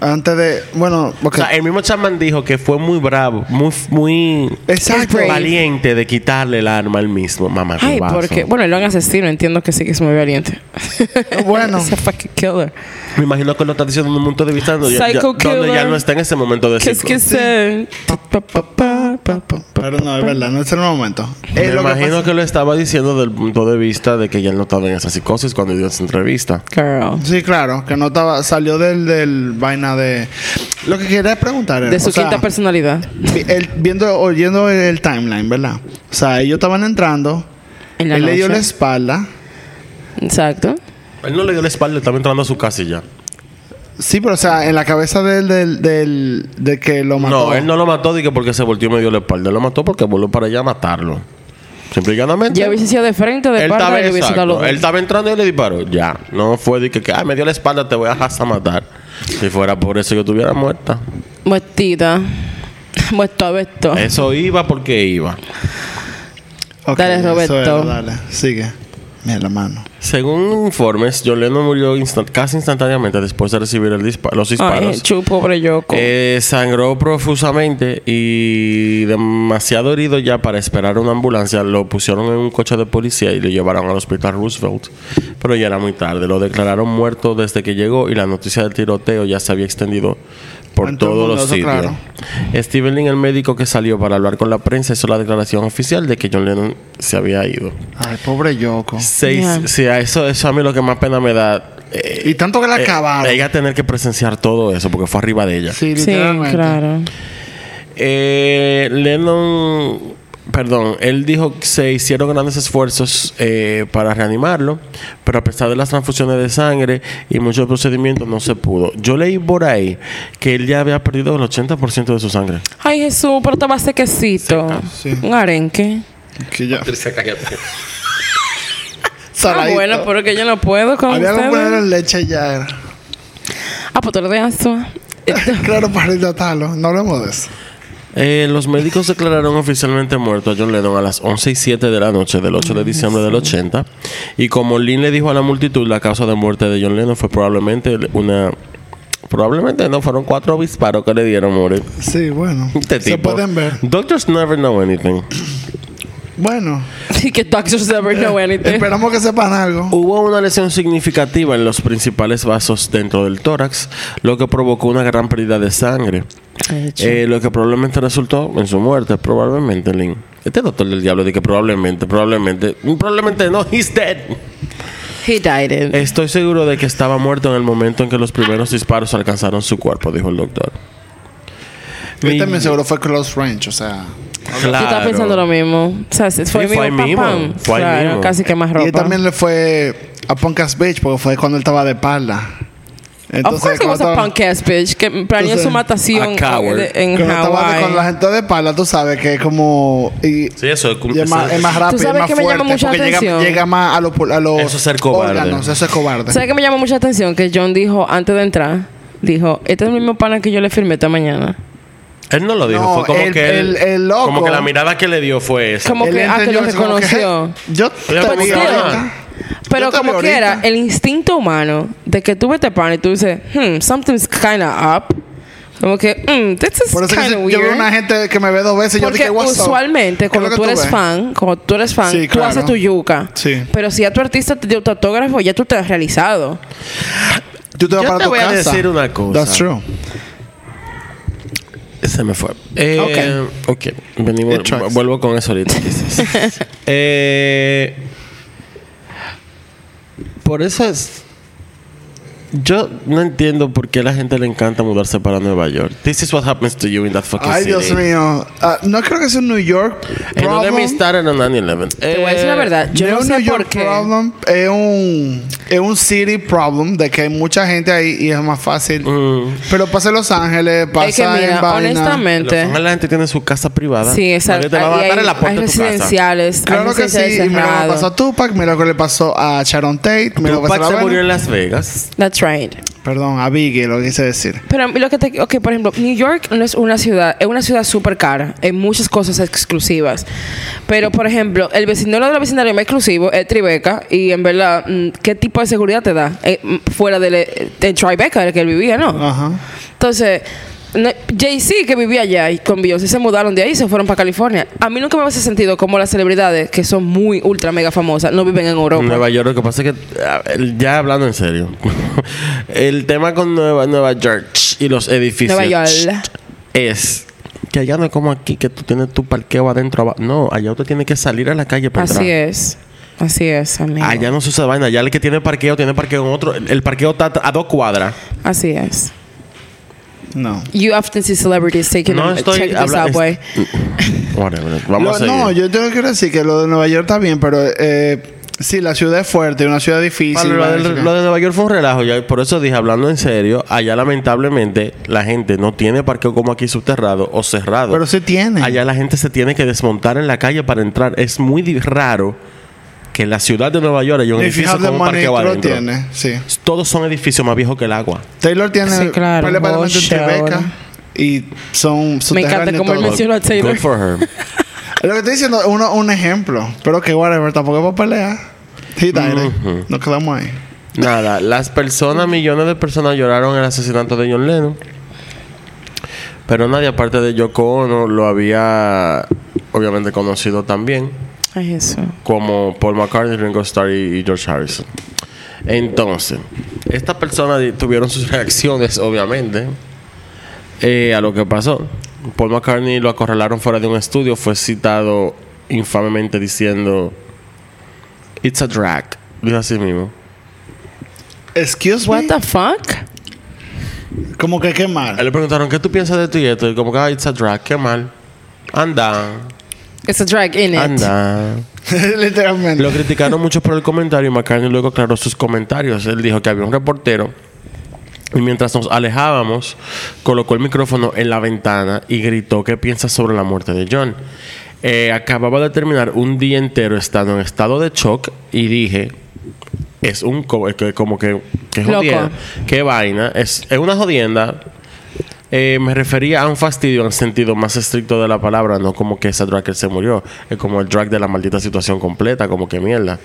Speaker 4: Antes de. Bueno,
Speaker 2: O
Speaker 4: porque.
Speaker 2: sea, el mismo Chapman dijo que fue muy bravo, muy, muy
Speaker 4: exacto.
Speaker 3: Brave.
Speaker 2: valiente de quitarle el arma al mismo mamá.
Speaker 3: Ay,
Speaker 2: huevazo.
Speaker 3: porque. Bueno, lo han asesino. Entiendo que sí que es muy valiente.
Speaker 4: Bueno.
Speaker 3: It's a fucking killer.
Speaker 2: Me imagino que lo está diciendo en un punto de vista donde, ya,
Speaker 3: Psycho
Speaker 2: ya- donde
Speaker 3: killer.
Speaker 2: ya no está en ese momento de
Speaker 4: Pues
Speaker 3: Que es
Speaker 2: ciclo.
Speaker 3: que se. Pa, pa, pa, pa, pa.
Speaker 4: Pero no, es verdad, no es el momento.
Speaker 2: Me
Speaker 4: Es lo que
Speaker 2: imagino
Speaker 4: pasa-
Speaker 2: que, lo estaba diciendo del punto de vista de que ya él no estaba en esa psicosis cuando dio esa entrevista.
Speaker 3: Girl.
Speaker 4: Sí, claro, que no estaba. Salió del, del vaina de. Lo que quería preguntar era.
Speaker 3: De su
Speaker 4: o sea,
Speaker 3: quinta personalidad.
Speaker 4: vi- el- viendo, oyendo el, el timeline, ¿verdad? O sea, ellos estaban entrando.
Speaker 3: En la
Speaker 4: él le dio la
Speaker 3: noche.
Speaker 4: espalda.
Speaker 3: Exacto.
Speaker 2: Él no le dio la espalda, estaba entrando a su casa y ya.
Speaker 4: Sí, pero o sea, en la cabeza del, del, del, del que lo mató.
Speaker 2: No, él no lo mató dije, porque se volteó y me dio la espalda. Él lo mató porque volvió para allá a matarlo. Simple y llanamente.
Speaker 3: Ya hubiese sido de frente o
Speaker 2: él
Speaker 3: de espalda
Speaker 2: estaba,
Speaker 3: y le hubiese
Speaker 2: exacto.
Speaker 3: dado los
Speaker 2: Él
Speaker 3: dos.
Speaker 2: estaba entrando y le disparó. Ya. No fue de que, que, "Ay, me dio la espalda, te voy a hasta matar. Si fuera por eso, yo estuviera muerta.
Speaker 3: Muertita. Muerto a besto.
Speaker 2: Eso iba porque iba.
Speaker 4: Ok,
Speaker 3: Dale,
Speaker 4: eso
Speaker 3: Roberto.
Speaker 4: era, dale, sigue. Mira la mano.
Speaker 2: Según informes, John Lennon murió instan- casi instantáneamente después de recibir el dispa- los
Speaker 3: Ay,
Speaker 2: disparos.
Speaker 3: chu, pobre Yoko.
Speaker 2: Eh, sangró profusamente y demasiado herido ya para esperar una ambulancia. Lo pusieron en un coche de policía y lo llevaron al hospital Roosevelt. Pero ya era muy tarde. Lo declararon muerto desde que llegó y la noticia del tiroteo ya se había extendido por
Speaker 4: En todo
Speaker 2: todos
Speaker 4: el mundo,
Speaker 2: los
Speaker 4: eso
Speaker 2: sitios.
Speaker 4: claro.
Speaker 2: Steve Lin, el médico que salió para hablar con la prensa, hizo la declaración oficial de que John Lennon se había ido.
Speaker 4: Ay, pobre Yoko.
Speaker 2: Seis,
Speaker 3: Yeah.
Speaker 2: sí, a eso, eso a mí lo que más pena me da. eh,
Speaker 4: Y tanto que la
Speaker 2: eh,
Speaker 4: acabaron.
Speaker 2: Ella tener que presenciar todo eso porque fue arriba de ella.
Speaker 4: Sí,
Speaker 3: Sí,
Speaker 4: literalmente.
Speaker 3: claro.
Speaker 2: Eh, Lennon, perdón, él dijo que se hicieron grandes esfuerzos eh, para reanimarlo, pero a pesar de las transfusiones de sangre y muchos procedimientos no se pudo. Yo leí por ahí que él ya había perdido el 80% de su sangre.
Speaker 3: Ay, Jesús, pero estaba sequecito.
Speaker 4: Sí.
Speaker 3: Un arenque.
Speaker 4: Que ya.
Speaker 2: cállate.
Speaker 3: Ah,
Speaker 4: Saladito.
Speaker 3: bueno, pero que yo no puedo con
Speaker 4: Había que poner
Speaker 3: ustedes.
Speaker 4: en leche ya. era.
Speaker 3: Ah, pues tú le das tú.
Speaker 4: claro, para hidratarlo. No hablemos de eso.
Speaker 2: Eh, los médicos declararon oficialmente muerto a John Lennon a las 11 y 7 de la noche del 8 de diciembre del 80. Y como Lynn le dijo a la multitud, la causa de muerte de John Lennon fue probablemente una... Probablemente no, fueron cuatro disparos que le dieron, more.
Speaker 4: Sí, bueno.
Speaker 2: Este
Speaker 4: Se
Speaker 2: tipo.
Speaker 4: pueden ver.
Speaker 2: Doctors never know anything.
Speaker 4: Bueno,
Speaker 3: Y que doctors never know anything.
Speaker 4: esperamos que sepan
Speaker 3: Uh,
Speaker 4: algo.
Speaker 2: Hubo una lesión significativa en los principales vasos dentro del tórax, lo que provocó una gran pérdida de sangre.
Speaker 3: Ay, chico.
Speaker 2: Eh, lo que probablemente resultó en su muerte, probablemente, Lin. Este doctor del diablo dice que probablemente, probablemente, probablemente no, he's dead.
Speaker 3: He died. it.
Speaker 2: Estoy seguro de que estaba muerto en el momento en que los primeros disparos alcanzaron su cuerpo, dijo el doctor.
Speaker 4: Este también seguro fue close range, o sea.
Speaker 3: Yo estaba pensando lo mismo. O sea, si fue
Speaker 2: Sí, fue
Speaker 3: ahí mismo.
Speaker 2: ahí
Speaker 3: pam,
Speaker 2: mismo.
Speaker 3: pam.
Speaker 2: Fue ahí
Speaker 3: Claro,
Speaker 2: mismo.
Speaker 3: casi que más
Speaker 4: Y
Speaker 3: ropa.
Speaker 4: él también le fue a Punkas Beach porque fue cuando él estaba de espalda.
Speaker 3: Of course it
Speaker 4: cuando
Speaker 3: was a
Speaker 4: estaba-
Speaker 3: punk ass bitch que planeó
Speaker 4: Entonces,
Speaker 3: su matación eh,
Speaker 2: a coward.
Speaker 3: de- en
Speaker 4: cuando estaba de- con la
Speaker 3: Hawái.
Speaker 4: gente de espalda, tú sabes que es como. Y,
Speaker 2: Sí, eso es cum-
Speaker 4: y es, más,
Speaker 2: eso-
Speaker 4: es más rápido, es
Speaker 3: sabes
Speaker 4: más
Speaker 3: que me llama
Speaker 4: fuerte.
Speaker 3: mucha
Speaker 4: porque llega,
Speaker 3: atención?
Speaker 4: llega más a los, pul- a los
Speaker 2: Eso es ser cobarde.
Speaker 4: órganos, eso es cobarde.
Speaker 3: ¿Sabes qué me llamó mucha atención? Que John dijo antes de entrar, dijo, este es el mismo pana que yo le firmé esta mañana.
Speaker 2: Él no lo dijo,
Speaker 4: No,
Speaker 2: fue como
Speaker 4: el-
Speaker 2: que él,
Speaker 4: el- el loco.
Speaker 2: como que la mirada que le dio fue esa.
Speaker 3: Como
Speaker 4: Él
Speaker 3: que, ah, que
Speaker 4: entendió
Speaker 3: lo
Speaker 4: eso, como que,
Speaker 3: reconoció.
Speaker 4: Yo te
Speaker 2: Pero
Speaker 4: vi
Speaker 2: still,
Speaker 4: ahorita.
Speaker 3: Pero
Speaker 4: Yo te vi
Speaker 3: como
Speaker 4: ahorita.
Speaker 3: quiera, el instinto humano de que tú ves este pana y tú dices, hmm, something's kinda up. Como que, hmm, this is
Speaker 4: Por eso que
Speaker 3: kinda
Speaker 4: si-
Speaker 3: weird.
Speaker 4: yo veo una gente que me ve dos veces y yo
Speaker 3: Porque
Speaker 4: dije, "What's up?" ¿Qué
Speaker 3: usualmente
Speaker 4: es
Speaker 3: cuando
Speaker 4: lo
Speaker 3: tú,
Speaker 4: que
Speaker 3: eres
Speaker 4: ves?
Speaker 3: fan, cuando tú eres fan,
Speaker 4: Sí,
Speaker 3: tú
Speaker 4: claro.
Speaker 3: haces tu yuca.
Speaker 4: Sí.
Speaker 3: Pero si a tu artista te dio tu autógrafo, ya tú te has realizado.
Speaker 4: Yo te voy,
Speaker 2: Yo
Speaker 4: para
Speaker 2: te
Speaker 4: tu
Speaker 2: voy a
Speaker 4: casa.
Speaker 2: decir una cosa.
Speaker 4: That's true.
Speaker 2: Se me fue. Eh, ok. Venimos,
Speaker 4: It tracks.
Speaker 2: vuelvo con eso ahorita. quizás. Eh, por eso es. Yo no entiendo por qué a la gente le encanta mudarse para Nueva York. This is what happens to you in that fucking
Speaker 4: Ay,
Speaker 2: city.
Speaker 4: Dios mío. Ah, no creo que sea un New York
Speaker 2: En un
Speaker 4: problem.
Speaker 2: demi estar en un Eh, 9-11.
Speaker 3: te voy a decir la verdad. Yo
Speaker 4: No
Speaker 3: no
Speaker 4: es un
Speaker 3: sé
Speaker 4: Eh, New
Speaker 3: por
Speaker 4: York
Speaker 3: qué.
Speaker 4: problem. Es un, es un city problem de que hay mucha gente ahí y es más fácil.
Speaker 2: Mm.
Speaker 4: Pero pasa en Los Ángeles, pasa
Speaker 3: Es que
Speaker 4: en
Speaker 3: mira,
Speaker 4: vaina.
Speaker 3: honestamente.
Speaker 2: Los- La gente tiene su casa privada.
Speaker 3: Sí,
Speaker 2: Nadie
Speaker 3: exacto.
Speaker 2: Te va a
Speaker 3: Hay,
Speaker 2: matar en la
Speaker 3: hay,
Speaker 2: puerta de tu casa.
Speaker 3: residenciales.
Speaker 4: Claro que sí. Y mira lo que pasó a Tupac, mira lo que le pasó a Sharon Tate, mira pues lo que
Speaker 2: Tupac
Speaker 4: pasó
Speaker 2: se
Speaker 4: a la
Speaker 2: murió
Speaker 4: vaina.
Speaker 2: en Las Vegas.
Speaker 3: That's right.
Speaker 4: Perdón, a Biggie, lo quise decir.
Speaker 3: Pero lo que te... Ok, por ejemplo, New York no es una ciudad... Es una ciudad súper cara. Hay muchas cosas exclusivas. Pero, por ejemplo, el vecindario del vecindario más exclusivo es Tribeca. Y, en verdad, mm, ¿qué tipo de seguridad te da? Eh, mm, fuera del, eh, de Tribeca, el que él vivía, ¿no?
Speaker 4: Ajá.
Speaker 3: Entonces, no- Jay-Z, que vivía allá y con Beyoncé, se mudaron de ahí y se fueron para California. A mí nunca me hace sentido como las celebridades, que son muy ultra mega famosas, no viven en Europa.
Speaker 2: Nueva York, lo que pasa es que, ah, el- ya hablando en serio, el tema con Nueva, Nueva York y los edificios
Speaker 3: Nueva York.
Speaker 2: es que allá no es como aquí, que tú tienes tu parqueo adentro. aba- No, allá tú tienes que salir a la calle para
Speaker 3: Así
Speaker 2: entrar.
Speaker 3: es. Así es, amigo.
Speaker 2: Allá no se usa vaina. Allá el que tiene parqueo, tiene parqueo en otro. El, el parqueo está a dos cuadras.
Speaker 3: Así es.
Speaker 4: No.
Speaker 3: You often see celebrities taking
Speaker 2: No
Speaker 3: a check
Speaker 2: estoy
Speaker 3: the
Speaker 2: habla-
Speaker 3: subway.
Speaker 2: es- Whatever, Vamos
Speaker 4: Lo-
Speaker 2: a seguir.
Speaker 4: no, yo te quiero decir que lo de Nueva York está bien, pero eh, sí, la ciudad es fuerte, una ciudad difícil.
Speaker 2: Pablo, lo,
Speaker 4: vaina,
Speaker 2: de, lo de Nueva York fue un relajo, ya, por eso dije, hablando en serio, allá lamentablemente la gente no tiene parqueo como aquí subterrado o cerrado.
Speaker 4: Pero sí tiene.
Speaker 2: Allá la gente se tiene que desmontar en la calle para entrar. Es muy di- raro que en la ciudad de Nueva York haya un
Speaker 4: Y
Speaker 2: edificio
Speaker 4: fíjate,
Speaker 2: con un
Speaker 4: Manny,
Speaker 2: parqueo
Speaker 4: tú lo
Speaker 2: adentro.
Speaker 4: tiene, sí.
Speaker 2: Todos son edificios más viejos que el agua.
Speaker 4: Taylor tiene
Speaker 3: Sí, claro,
Speaker 4: par de apartamentos en
Speaker 3: Bosch
Speaker 4: Tribeca
Speaker 3: ahora.
Speaker 4: y son
Speaker 3: Me encanta
Speaker 4: subterráneos
Speaker 3: cómo él
Speaker 4: todos.
Speaker 3: menciona a Taylor.
Speaker 2: Good for her.
Speaker 4: Lo que estoy diciendo es uno- un ejemplo, pero que whatever, tampoco es para pelear. He died. eh. Nos quedamos ahí.
Speaker 2: Nada, las personas, millones de personas lloraron el asesinato de John Lennon. Pero nadie, aparte de Yoko Ono, lo había obviamente conocido también.
Speaker 3: Ay, eso.
Speaker 2: como Paul McCartney, Ringo Starr y, y George Harrison. Entonces, estas personas di- tuvieron sus reacciones, obviamente. eh, a lo que pasó. Paul McCartney lo acorralaron fuera de un estudio, fue citado infamemente diciendo, It's a drag. Dijo así mismo.
Speaker 4: Excuse
Speaker 3: What
Speaker 4: me.
Speaker 3: the fuck?
Speaker 4: Como que qué
Speaker 2: A él
Speaker 4: mal.
Speaker 2: le preguntaron, ¿qué tú piensas de esto y esto? Y como que, ah, it's a drag, qué mal. Anda,
Speaker 3: It's a drag in it.
Speaker 2: anda.
Speaker 4: Literalmente.
Speaker 2: Lo criticaron mucho por el comentario y McCartney luego aclaró sus comentarios. Él dijo que había un reportero y mientras nos alejábamos, colocó el micrófono en la ventana y gritó qué piensas sobre la muerte de John. Eh, acababa de terminar un día entero estando en estado de shock y dije, es un co- es que como que, que
Speaker 3: Loco.
Speaker 2: jodienda, qué vaina, es, es una jodienda. Eh, me refería a un fastidio en el sentido más estricto de la palabra, no como que esa drag que se murió, es como el drag de la maldita situación completa, como que mierda.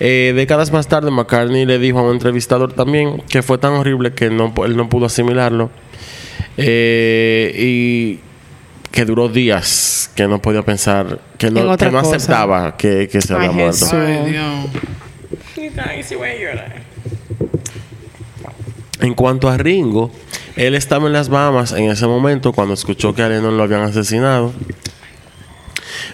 Speaker 2: Eh, décadas más tarde, McCartney le dijo a un entrevistador también que fue tan horrible que no, pu- él no pudo asimilarlo eh, y que duró días que no podía pensar, que
Speaker 3: En
Speaker 2: no,
Speaker 3: otra
Speaker 2: que no
Speaker 3: cosa.
Speaker 2: aceptaba que, que se
Speaker 3: Ay,
Speaker 2: había muerto.
Speaker 3: Jesús.
Speaker 4: Ay, Dios.
Speaker 2: En cuanto a Ringo, él estaba en las Bahamas en ese momento cuando escuchó que a Lennon lo habían asesinado.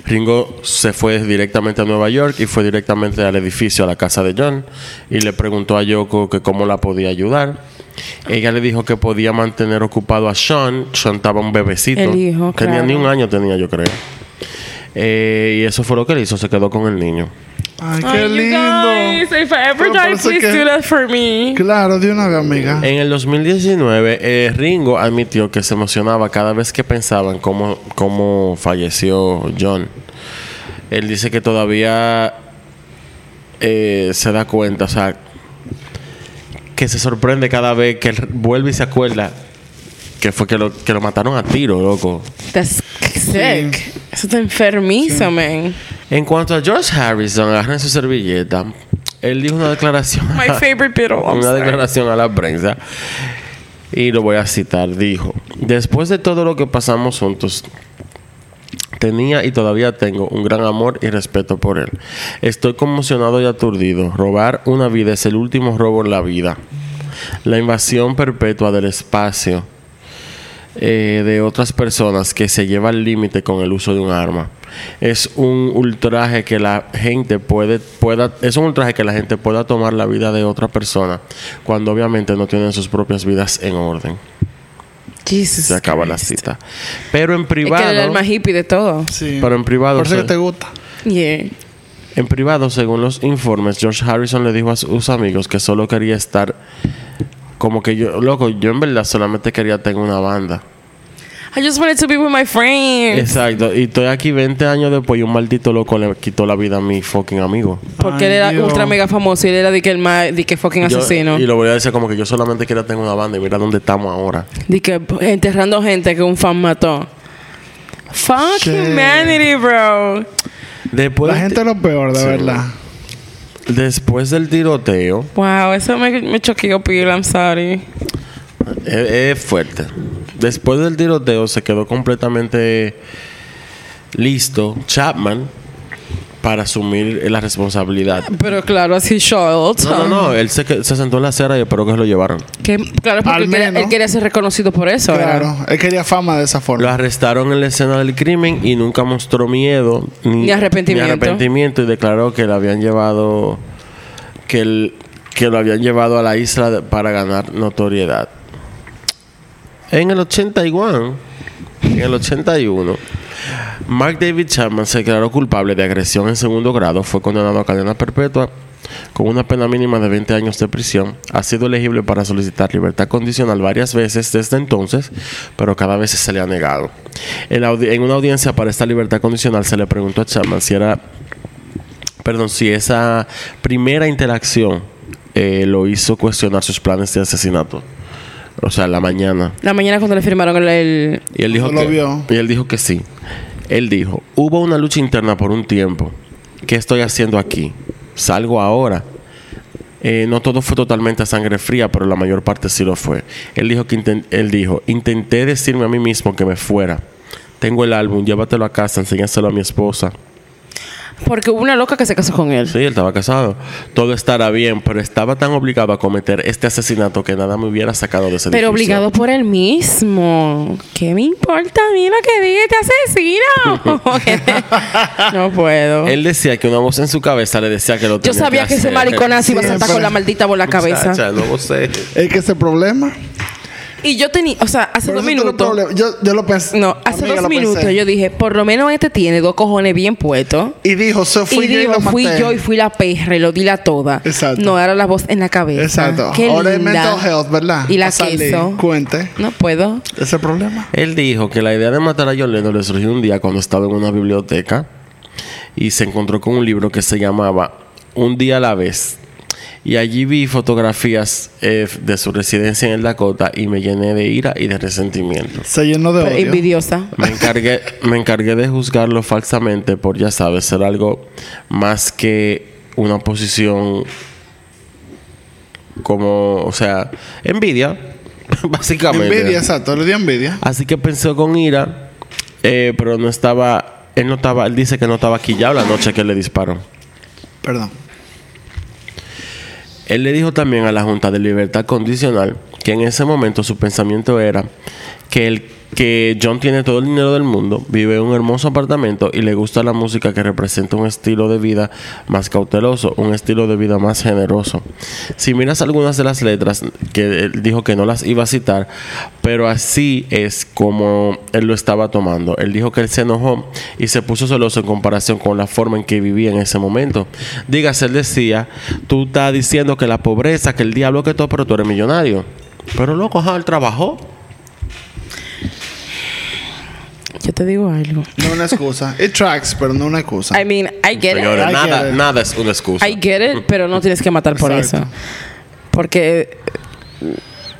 Speaker 2: Ringo se fue directamente a Nueva York y fue directamente al edificio, a la casa de John, y le preguntó a Yoko que cómo la podía ayudar. Ella le dijo que podía mantener ocupado a Sean. Sean estaba un bebecito.
Speaker 3: El hijo,
Speaker 2: tenía ni
Speaker 3: claro.
Speaker 2: un año, tenía yo creo. Eh, y eso fue lo que él hizo, se quedó con el niño.
Speaker 4: Ay,
Speaker 3: Ay,
Speaker 4: qué
Speaker 3: you guys,
Speaker 4: lindo.
Speaker 3: if I ever
Speaker 4: Pero
Speaker 3: die,
Speaker 4: parece
Speaker 3: please
Speaker 4: que-
Speaker 3: do that for me.
Speaker 4: Claro, de una vez, amiga.
Speaker 2: En el 2019, eh, Ringo admitió que se emocionaba cada vez que pensaba en cómo, cómo falleció John. Él dice que todavía eh, se da cuenta, o sea, que se sorprende cada vez que él vuelve y se acuerda que fue que lo, que lo mataron a tiro, loco.
Speaker 3: That's sick. Eso está enfermizo, man.
Speaker 2: En cuanto a George Harrison, agarren su servilleta. Él dijo una declaración.
Speaker 3: My favorite Beatle. I'm
Speaker 2: una
Speaker 3: sorry.
Speaker 2: declaración a la prensa. Y lo voy a citar. Dijo, después de todo lo que pasamos juntos, tenía y todavía tengo un gran amor y respeto por él. Estoy conmocionado y aturdido. Robar una vida es el último robo en la vida. La invasión perpetua del espacio eh, de otras personas que se lleva al límite con el uso de un arma. Es un ultraje que la gente puede, pueda, es un ultraje que la gente pueda tomar la vida de otra persona cuando obviamente no tienen sus propias vidas en orden.
Speaker 3: Jesus.
Speaker 2: Se acaba la cita. Pero en
Speaker 3: Es que
Speaker 2: privado,
Speaker 3: era el alma hippie de todo.
Speaker 4: Sí.
Speaker 2: pero en privado,
Speaker 4: Parece
Speaker 2: se-
Speaker 4: que te gusta.
Speaker 3: Yeah.
Speaker 2: en privado, según los informes, George Harrison le dijo a sus amigos que solo quería estar como que yo, loco, yo en verdad solamente quería tener una banda.
Speaker 3: I just wanted to be with my friends.
Speaker 2: Exacto, y estoy aquí 20 años después y un maldito loco le quitó la vida a mi fucking amigo.
Speaker 3: Porque él
Speaker 4: Ay,
Speaker 3: era
Speaker 4: Dios.
Speaker 3: ultra mega famoso y él era de que el más, de que fucking
Speaker 2: Yo-
Speaker 3: asesino.
Speaker 2: y lo voy a decir como que yo solamente quería tener una banda y mira dónde estamos ahora.
Speaker 3: De que enterrando gente que un fan mató. Fuck
Speaker 4: Shit.
Speaker 3: humanity, bro.
Speaker 2: Después,
Speaker 4: La gente es lo peor, de
Speaker 2: Sí.
Speaker 4: verdad.
Speaker 2: después del tiroteo,
Speaker 3: Wow, eso me, me choqueó pila, I'm sorry.
Speaker 2: es, es fuerte. Después del tiroteo se quedó completamente listo Chapman para asumir la responsabilidad.
Speaker 3: Pero claro, así short.
Speaker 2: No, no, no, él se, que- se sentó en la acera y esperó que se lo llevaron.
Speaker 3: Que, claro, porque
Speaker 4: Al
Speaker 3: él quería,
Speaker 4: menos.
Speaker 3: él quería ser reconocido por eso, ¿verdad?
Speaker 4: Claro, él quería fama de esa
Speaker 2: Lo
Speaker 4: forma.
Speaker 2: arrestaron en la escena del crimen y nunca mostró miedo ni,
Speaker 3: Ni arrepentimiento.
Speaker 2: ni arrepentimiento y declaró que lo habían llevado que el- que lo habían llevado a la isla de- para ganar notoriedad. En el 81, en el 81, Mark David Chapman se declaró culpable de agresión en segundo grado, fue condenado a cadena perpetua con una pena mínima de 20 años de prisión. Ha sido elegible para solicitar libertad condicional varias veces desde entonces, pero cada vez se le ha negado. En, la audi- en una audiencia para esta libertad condicional se le preguntó a Chapman si era, perdón, si esa primera interacción eh, lo hizo cuestionar sus planes de asesinato. O sea, la mañana.
Speaker 3: La mañana cuando le firmaron el... el-
Speaker 2: Y él dijo
Speaker 4: No lo
Speaker 2: que
Speaker 4: vio.
Speaker 2: y él dijo que sí. Él dijo, "Hubo una lucha interna por un tiempo. ¿Qué estoy haciendo aquí? Salgo ahora." Eh, no todo fue totalmente a sangre fría, pero la mayor parte sí lo fue. Él dijo que inten- él dijo, "Intenté decirme a mí mismo que me fuera. Tengo el álbum, llévatelo a casa, enséñaselo a mi esposa."
Speaker 3: Porque hubo una loca que se casó con él.
Speaker 2: Sí, él estaba casado. Todo estará bien, pero estaba tan obligado a cometer este asesinato que nada me hubiera sacado de ese
Speaker 3: Pero
Speaker 2: edificio.
Speaker 3: obligado por él mismo. ¿Qué me importa a mí lo que diga este asesino? no puedo.
Speaker 2: Él decía que una voz en su cabeza le decía que lo
Speaker 3: Yo
Speaker 2: tenía
Speaker 3: sabía que ese
Speaker 2: hacer.
Speaker 3: mariconazo iba a
Speaker 4: Sí,
Speaker 3: saltar con
Speaker 4: pero-
Speaker 3: la maldita bola cabeza.
Speaker 2: Muchacha, no sé.
Speaker 4: Es que ese problema.
Speaker 3: Y yo tenía, o sea, hace
Speaker 4: Pero
Speaker 3: dos
Speaker 4: ese es otro
Speaker 3: minutos.
Speaker 4: problema. Yo, yo lo pensé.
Speaker 3: No, hace
Speaker 4: Amiga,
Speaker 3: dos
Speaker 4: lo pensé.
Speaker 3: minutos yo dije, por lo menos este tiene dos cojones bien puestos.
Speaker 4: Y dijo, so fui
Speaker 3: y
Speaker 4: yo y
Speaker 3: digo,
Speaker 4: lo
Speaker 3: fui
Speaker 4: maté.
Speaker 3: yo y fui la perra y lo di la toda.
Speaker 4: Exacto.
Speaker 3: No era la voz en la cabeza.
Speaker 4: Exacto.
Speaker 3: Qué
Speaker 4: Ahora es
Speaker 3: linda.
Speaker 4: mental health, ¿verdad?
Speaker 3: Y la
Speaker 4: O sea, le
Speaker 3: queso.
Speaker 4: Cuente.
Speaker 3: No puedo.
Speaker 4: Ese problema.
Speaker 2: Él dijo que la idea de matar a John Lennon le surgió un día cuando estaba en una biblioteca y se encontró con un libro que se llamaba Un día a la vez. Y allí vi fotografías eh, de su residencia en el Dakota y me llené de ira y de resentimiento.
Speaker 4: Se llenó de
Speaker 3: Pero
Speaker 4: odio.
Speaker 3: envidiosa.
Speaker 2: Me encargué, me encargué de juzgarlo falsamente por, ya sabes, ser algo más que una posición como, o sea, envidia, básicamente.
Speaker 4: Envidia, exacto. Le dio envidia.
Speaker 2: Así que pensó con ira, eh, pero no estaba, él no estaba, él dice que no estaba aquí ya la noche que le disparó.
Speaker 4: Perdón.
Speaker 2: Él le dijo también a la Junta de Libertad Condicional que en ese momento su pensamiento era que, el, que John tiene todo el dinero del mundo, vive en un hermoso apartamento y le gusta la música que representa un estilo de vida más cauteloso, un estilo de vida más generoso. Si miras algunas de las letras, que él dijo que no las iba a citar, pero así es como él lo estaba tomando. Él dijo que él se enojó y se puso celoso en comparación con la forma en que vivía en ese momento. Dígase, él decía, tú estás diciendo que la pobreza, que el diablo, que todo, pero tú eres millonario. Pero loco, ajá, él trabajó.
Speaker 3: Yo te digo algo.
Speaker 4: No una excusa. It tracks, pero no una excusa.
Speaker 3: I mean, I get it.
Speaker 2: Señora,
Speaker 4: Ay,
Speaker 2: nada,
Speaker 4: qué-
Speaker 2: nada es una excusa.
Speaker 3: I get it, pero no tienes que matar por
Speaker 4: Exacto.
Speaker 3: eso. Porque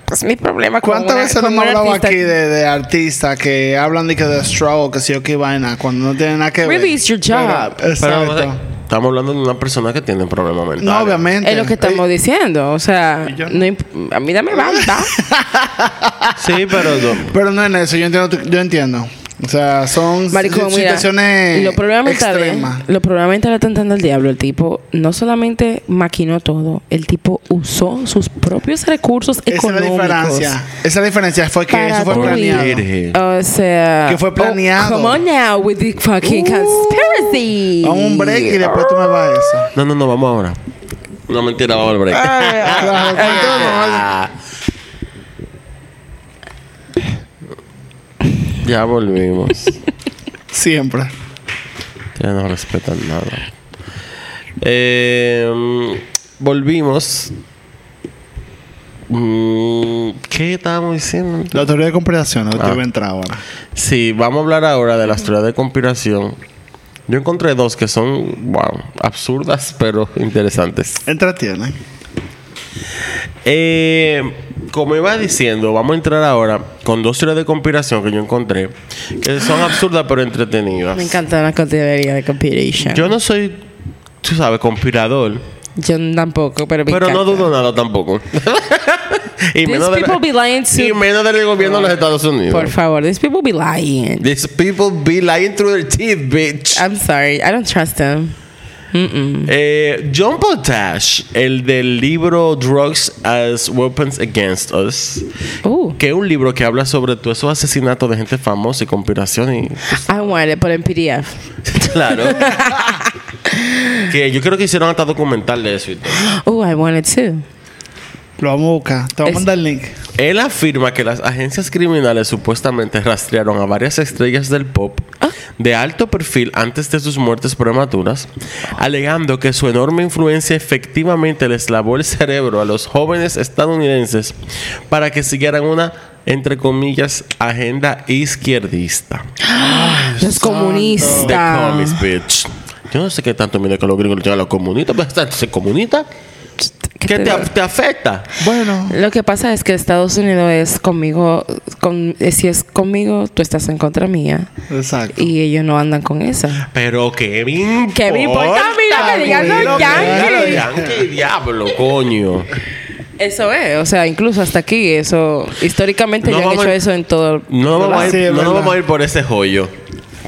Speaker 3: pues mi problema con
Speaker 4: ¿Cuántas
Speaker 3: una-
Speaker 4: veces
Speaker 3: con
Speaker 4: no hemos
Speaker 3: un
Speaker 4: hablado
Speaker 3: artista-
Speaker 4: aquí de, de artistas que hablan de que de struggle, que si yo que vaina, cuando no tienen nada que ver?
Speaker 3: Really, it's your job.
Speaker 4: Pero-
Speaker 2: Pero,
Speaker 4: exacto.
Speaker 2: estamos hablando de una persona que tiene problemas mentales.
Speaker 4: no, obviamente.
Speaker 3: Es lo que estamos
Speaker 4: Ey,
Speaker 3: diciendo, o sea,
Speaker 4: Y yo-
Speaker 3: no imp- a mí dame banda.
Speaker 2: Sí, pero no.
Speaker 4: Pero no en eso, yo entiendo. tu- Yo entiendo. O sea, son
Speaker 3: Maricón,
Speaker 4: si-
Speaker 3: mira,
Speaker 4: situaciones
Speaker 3: los problemas mentales,
Speaker 4: extremas.
Speaker 3: los problemas mentales están dando el diablo. El tipo no solamente maquinó todo, el tipo usó sus propios recursos
Speaker 4: Esa es la
Speaker 3: económicos.
Speaker 4: diferencia. Esa diferencia fue que
Speaker 3: para
Speaker 4: eso fue
Speaker 3: tu
Speaker 4: planeado.
Speaker 2: Virgen.
Speaker 3: vida. O sea,
Speaker 4: Que fue
Speaker 3: oh,
Speaker 4: planeado.
Speaker 3: come on now with the fucking conspiracy.
Speaker 4: Vamos a un break y después tú me vas a eso.
Speaker 2: No, no, no, vamos ahora. No, mentira, vamos al break.
Speaker 4: Claro,
Speaker 2: Ah. Ya volvimos.
Speaker 4: Siempre.
Speaker 2: ya no respetan nada. Eh, mm, volvimos. Mm, ¿Qué estábamos diciendo?
Speaker 4: La teoría de conspiración, la
Speaker 2: Ah.
Speaker 4: que voy a entrar ahora.
Speaker 2: Sí, vamos a hablar ahora de las teorías de conspiración. Yo encontré dos que son, wow, absurdas, pero interesantes.
Speaker 4: Entretiene.
Speaker 2: Eh, como iba diciendo, vamos a entrar ahora con dos teorías de conspiración que yo encontré, que son absurdas pero entretenidas.
Speaker 3: Me encanta la categoría de conspiration.
Speaker 2: Yo no soy, tú sabes, conspirador,
Speaker 3: Yo tampoco, pero me
Speaker 2: pero no
Speaker 3: encanta.
Speaker 2: dudo nada tampoco. y, menos del,
Speaker 3: people be lying to-
Speaker 2: y menos del gobierno de los Estados Unidos.
Speaker 3: Por favor, these people be lying.
Speaker 2: These people be lying through their teeth, bitch.
Speaker 3: I'm sorry, I don't trust them. Mm-mm.
Speaker 2: Eh, John Potash, el del libro Drugs as Weapons Against Us,
Speaker 3: Ooh,
Speaker 2: que es un libro que habla sobre todos esos asesinatos de gente famosa y conspiración y
Speaker 3: I want it, but in PDF.
Speaker 2: Claro. que yo creo que hicieron hasta documental de eso. y todo.
Speaker 3: Ooh, I want it too.
Speaker 4: Lo vamos a buscar. Te voy a
Speaker 3: Es-
Speaker 4: mandar el link.
Speaker 2: Él afirma que las agencias criminales supuestamente rastrearon a varias estrellas del pop de alto perfil antes de sus muertes prematuras, alegando que su enorme influencia efectivamente les lavó el cerebro a los jóvenes estadounidenses para que siguieran una, entre comillas, agenda izquierdista.
Speaker 3: Los
Speaker 2: The
Speaker 3: comunistas.
Speaker 2: commies, bitch. Yo no sé qué tanto miedo que los gringos le tienen a los comunistas, pero tanto se comunista.
Speaker 3: ¿Qué
Speaker 2: ¿Qué te,
Speaker 3: te digo?
Speaker 2: te afecta?
Speaker 4: Bueno.
Speaker 3: Lo que pasa es que Estados Unidos es conmigo, con, eh, si es conmigo, tú estás en contra mía.
Speaker 4: Exacto.
Speaker 3: Y ellos no andan con esa.
Speaker 2: Pero que me importa.
Speaker 3: ¿Qué me importa a mí lo que digan los
Speaker 2: Lo que digan los
Speaker 3: yankees?
Speaker 2: yankees, diablo, coño.
Speaker 3: Eso es, o sea, incluso hasta aquí, eso, históricamente
Speaker 2: No
Speaker 3: ya han
Speaker 2: vamos-
Speaker 3: hecho eso en todo.
Speaker 2: No
Speaker 4: Pero
Speaker 2: vamos, a
Speaker 4: así
Speaker 2: ir,
Speaker 4: es
Speaker 2: no nos
Speaker 4: verdad.
Speaker 2: vamos a ir por ese joyo.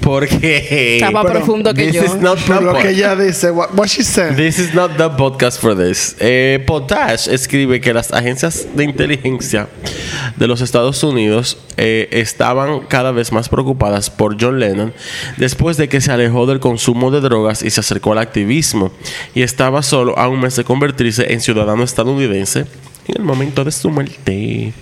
Speaker 2: Porque.
Speaker 3: Está más
Speaker 4: pero
Speaker 3: profundo que
Speaker 2: this
Speaker 3: yo.
Speaker 2: is not the
Speaker 4: Por lo
Speaker 2: pod-
Speaker 4: que ella dice, what, what she said.
Speaker 2: This is not the podcast for this. Eh, Potash escribe que las agencias de inteligencia de los Estados Unidos eh, estaban cada vez más preocupadas por John Lennon después de que se alejó del consumo de drogas y se acercó al activismo y estaba solo a un mes de convertirse en ciudadano estadounidense en el momento de su muerte.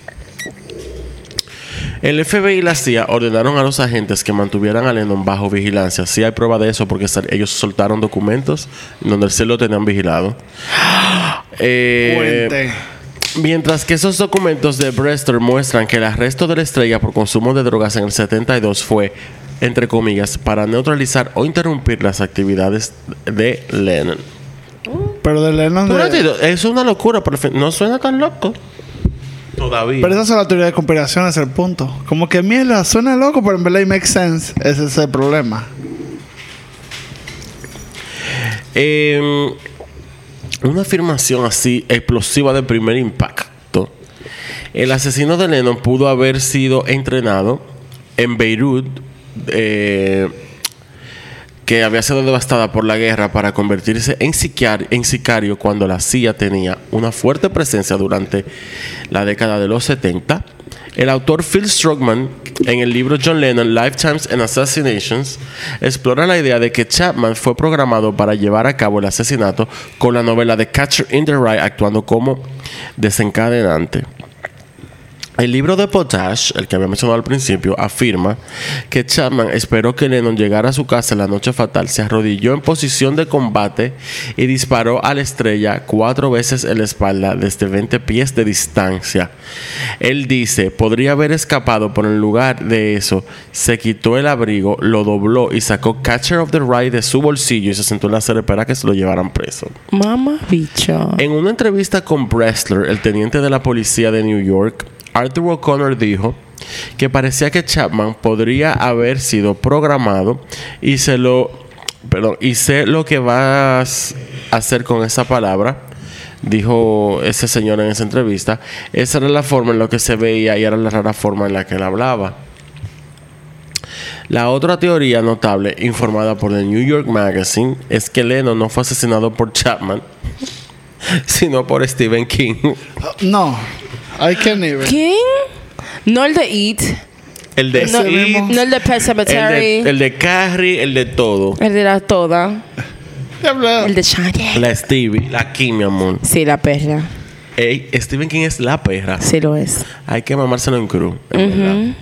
Speaker 2: El FBI y la CIA ordenaron a los agentes que mantuvieran a Lennon bajo vigilancia. Sí hay prueba de eso porque sal- ellos soltaron documentos en donde sí lo tenían vigilado. Eh,
Speaker 4: Fuente.
Speaker 2: Mientras que esos documentos de Brester muestran que el arresto de la estrella por consumo de drogas en el 72 fue, entre comillas, para neutralizar o interrumpir las actividades de Lennon.
Speaker 4: Pero de Lennon.
Speaker 2: Pero
Speaker 4: de-
Speaker 2: digo, es una locura, pero no suena tan loco. Todavía.
Speaker 4: Pero esa es la teoría de conspiración, es el punto. Como que mierda, suena loco, pero en verdad it makes sense. Ese es el problema.
Speaker 2: Eh, una afirmación así explosiva de primer impacto. El asesino de Lennon pudo haber sido entrenado en Beirut, eh, que había sido devastada por la guerra, para convertirse en, siquiar- en sicario cuando la CIA tenía una fuerte presencia durante la década de los 70. El autor Phil Strugman, en el libro John Lennon, Lifetimes and Assassinations, explora la idea de que Chapman fue programado para llevar a cabo el asesinato con la novela de Catcher in the Rye actuando como desencadenante. El libro de Potash, el que había mencionado al principio, afirma que Chapman esperó que Lennon llegara a su casa en la noche fatal, se arrodilló en posición de combate y disparó a la estrella cuatro veces en la espalda desde 20 pies de distancia. Él dice, podría haber escapado, pero en lugar de eso, se quitó el abrigo, lo dobló y sacó Catcher of the Rye de su bolsillo y se sentó en la acera para que se lo llevaran preso.
Speaker 3: Mamá bicho.
Speaker 2: En una entrevista con Bressler, el teniente de la policía de New York, Arthur O'Connor dijo que parecía que Chapman podría haber sido programado y se lo perdón, y sé lo que vas a hacer con esa palabra. Dijo ese señor en esa entrevista. Esa era la forma en la que se veía y era la rara forma en la que él hablaba. La otra teoría notable, informada por The New York Magazine, es que Lennon no fue asesinado por Chapman, sino por Stephen King.
Speaker 4: Uh, No, I can't even.
Speaker 3: ¿Quién? No el de It.
Speaker 2: El de
Speaker 3: No,
Speaker 4: Ese mismo.
Speaker 3: no el de Pet Cemetery.
Speaker 2: el de, el de Carrie, el de todo.
Speaker 3: El de la toda. El de Shania.
Speaker 2: La Stevie, la Kim, mi amor.
Speaker 3: Sí, la perra.
Speaker 2: Ey, Stephen King es la perra.
Speaker 3: Sí lo es.
Speaker 2: Hay que mamárselo en cruz, en verdad.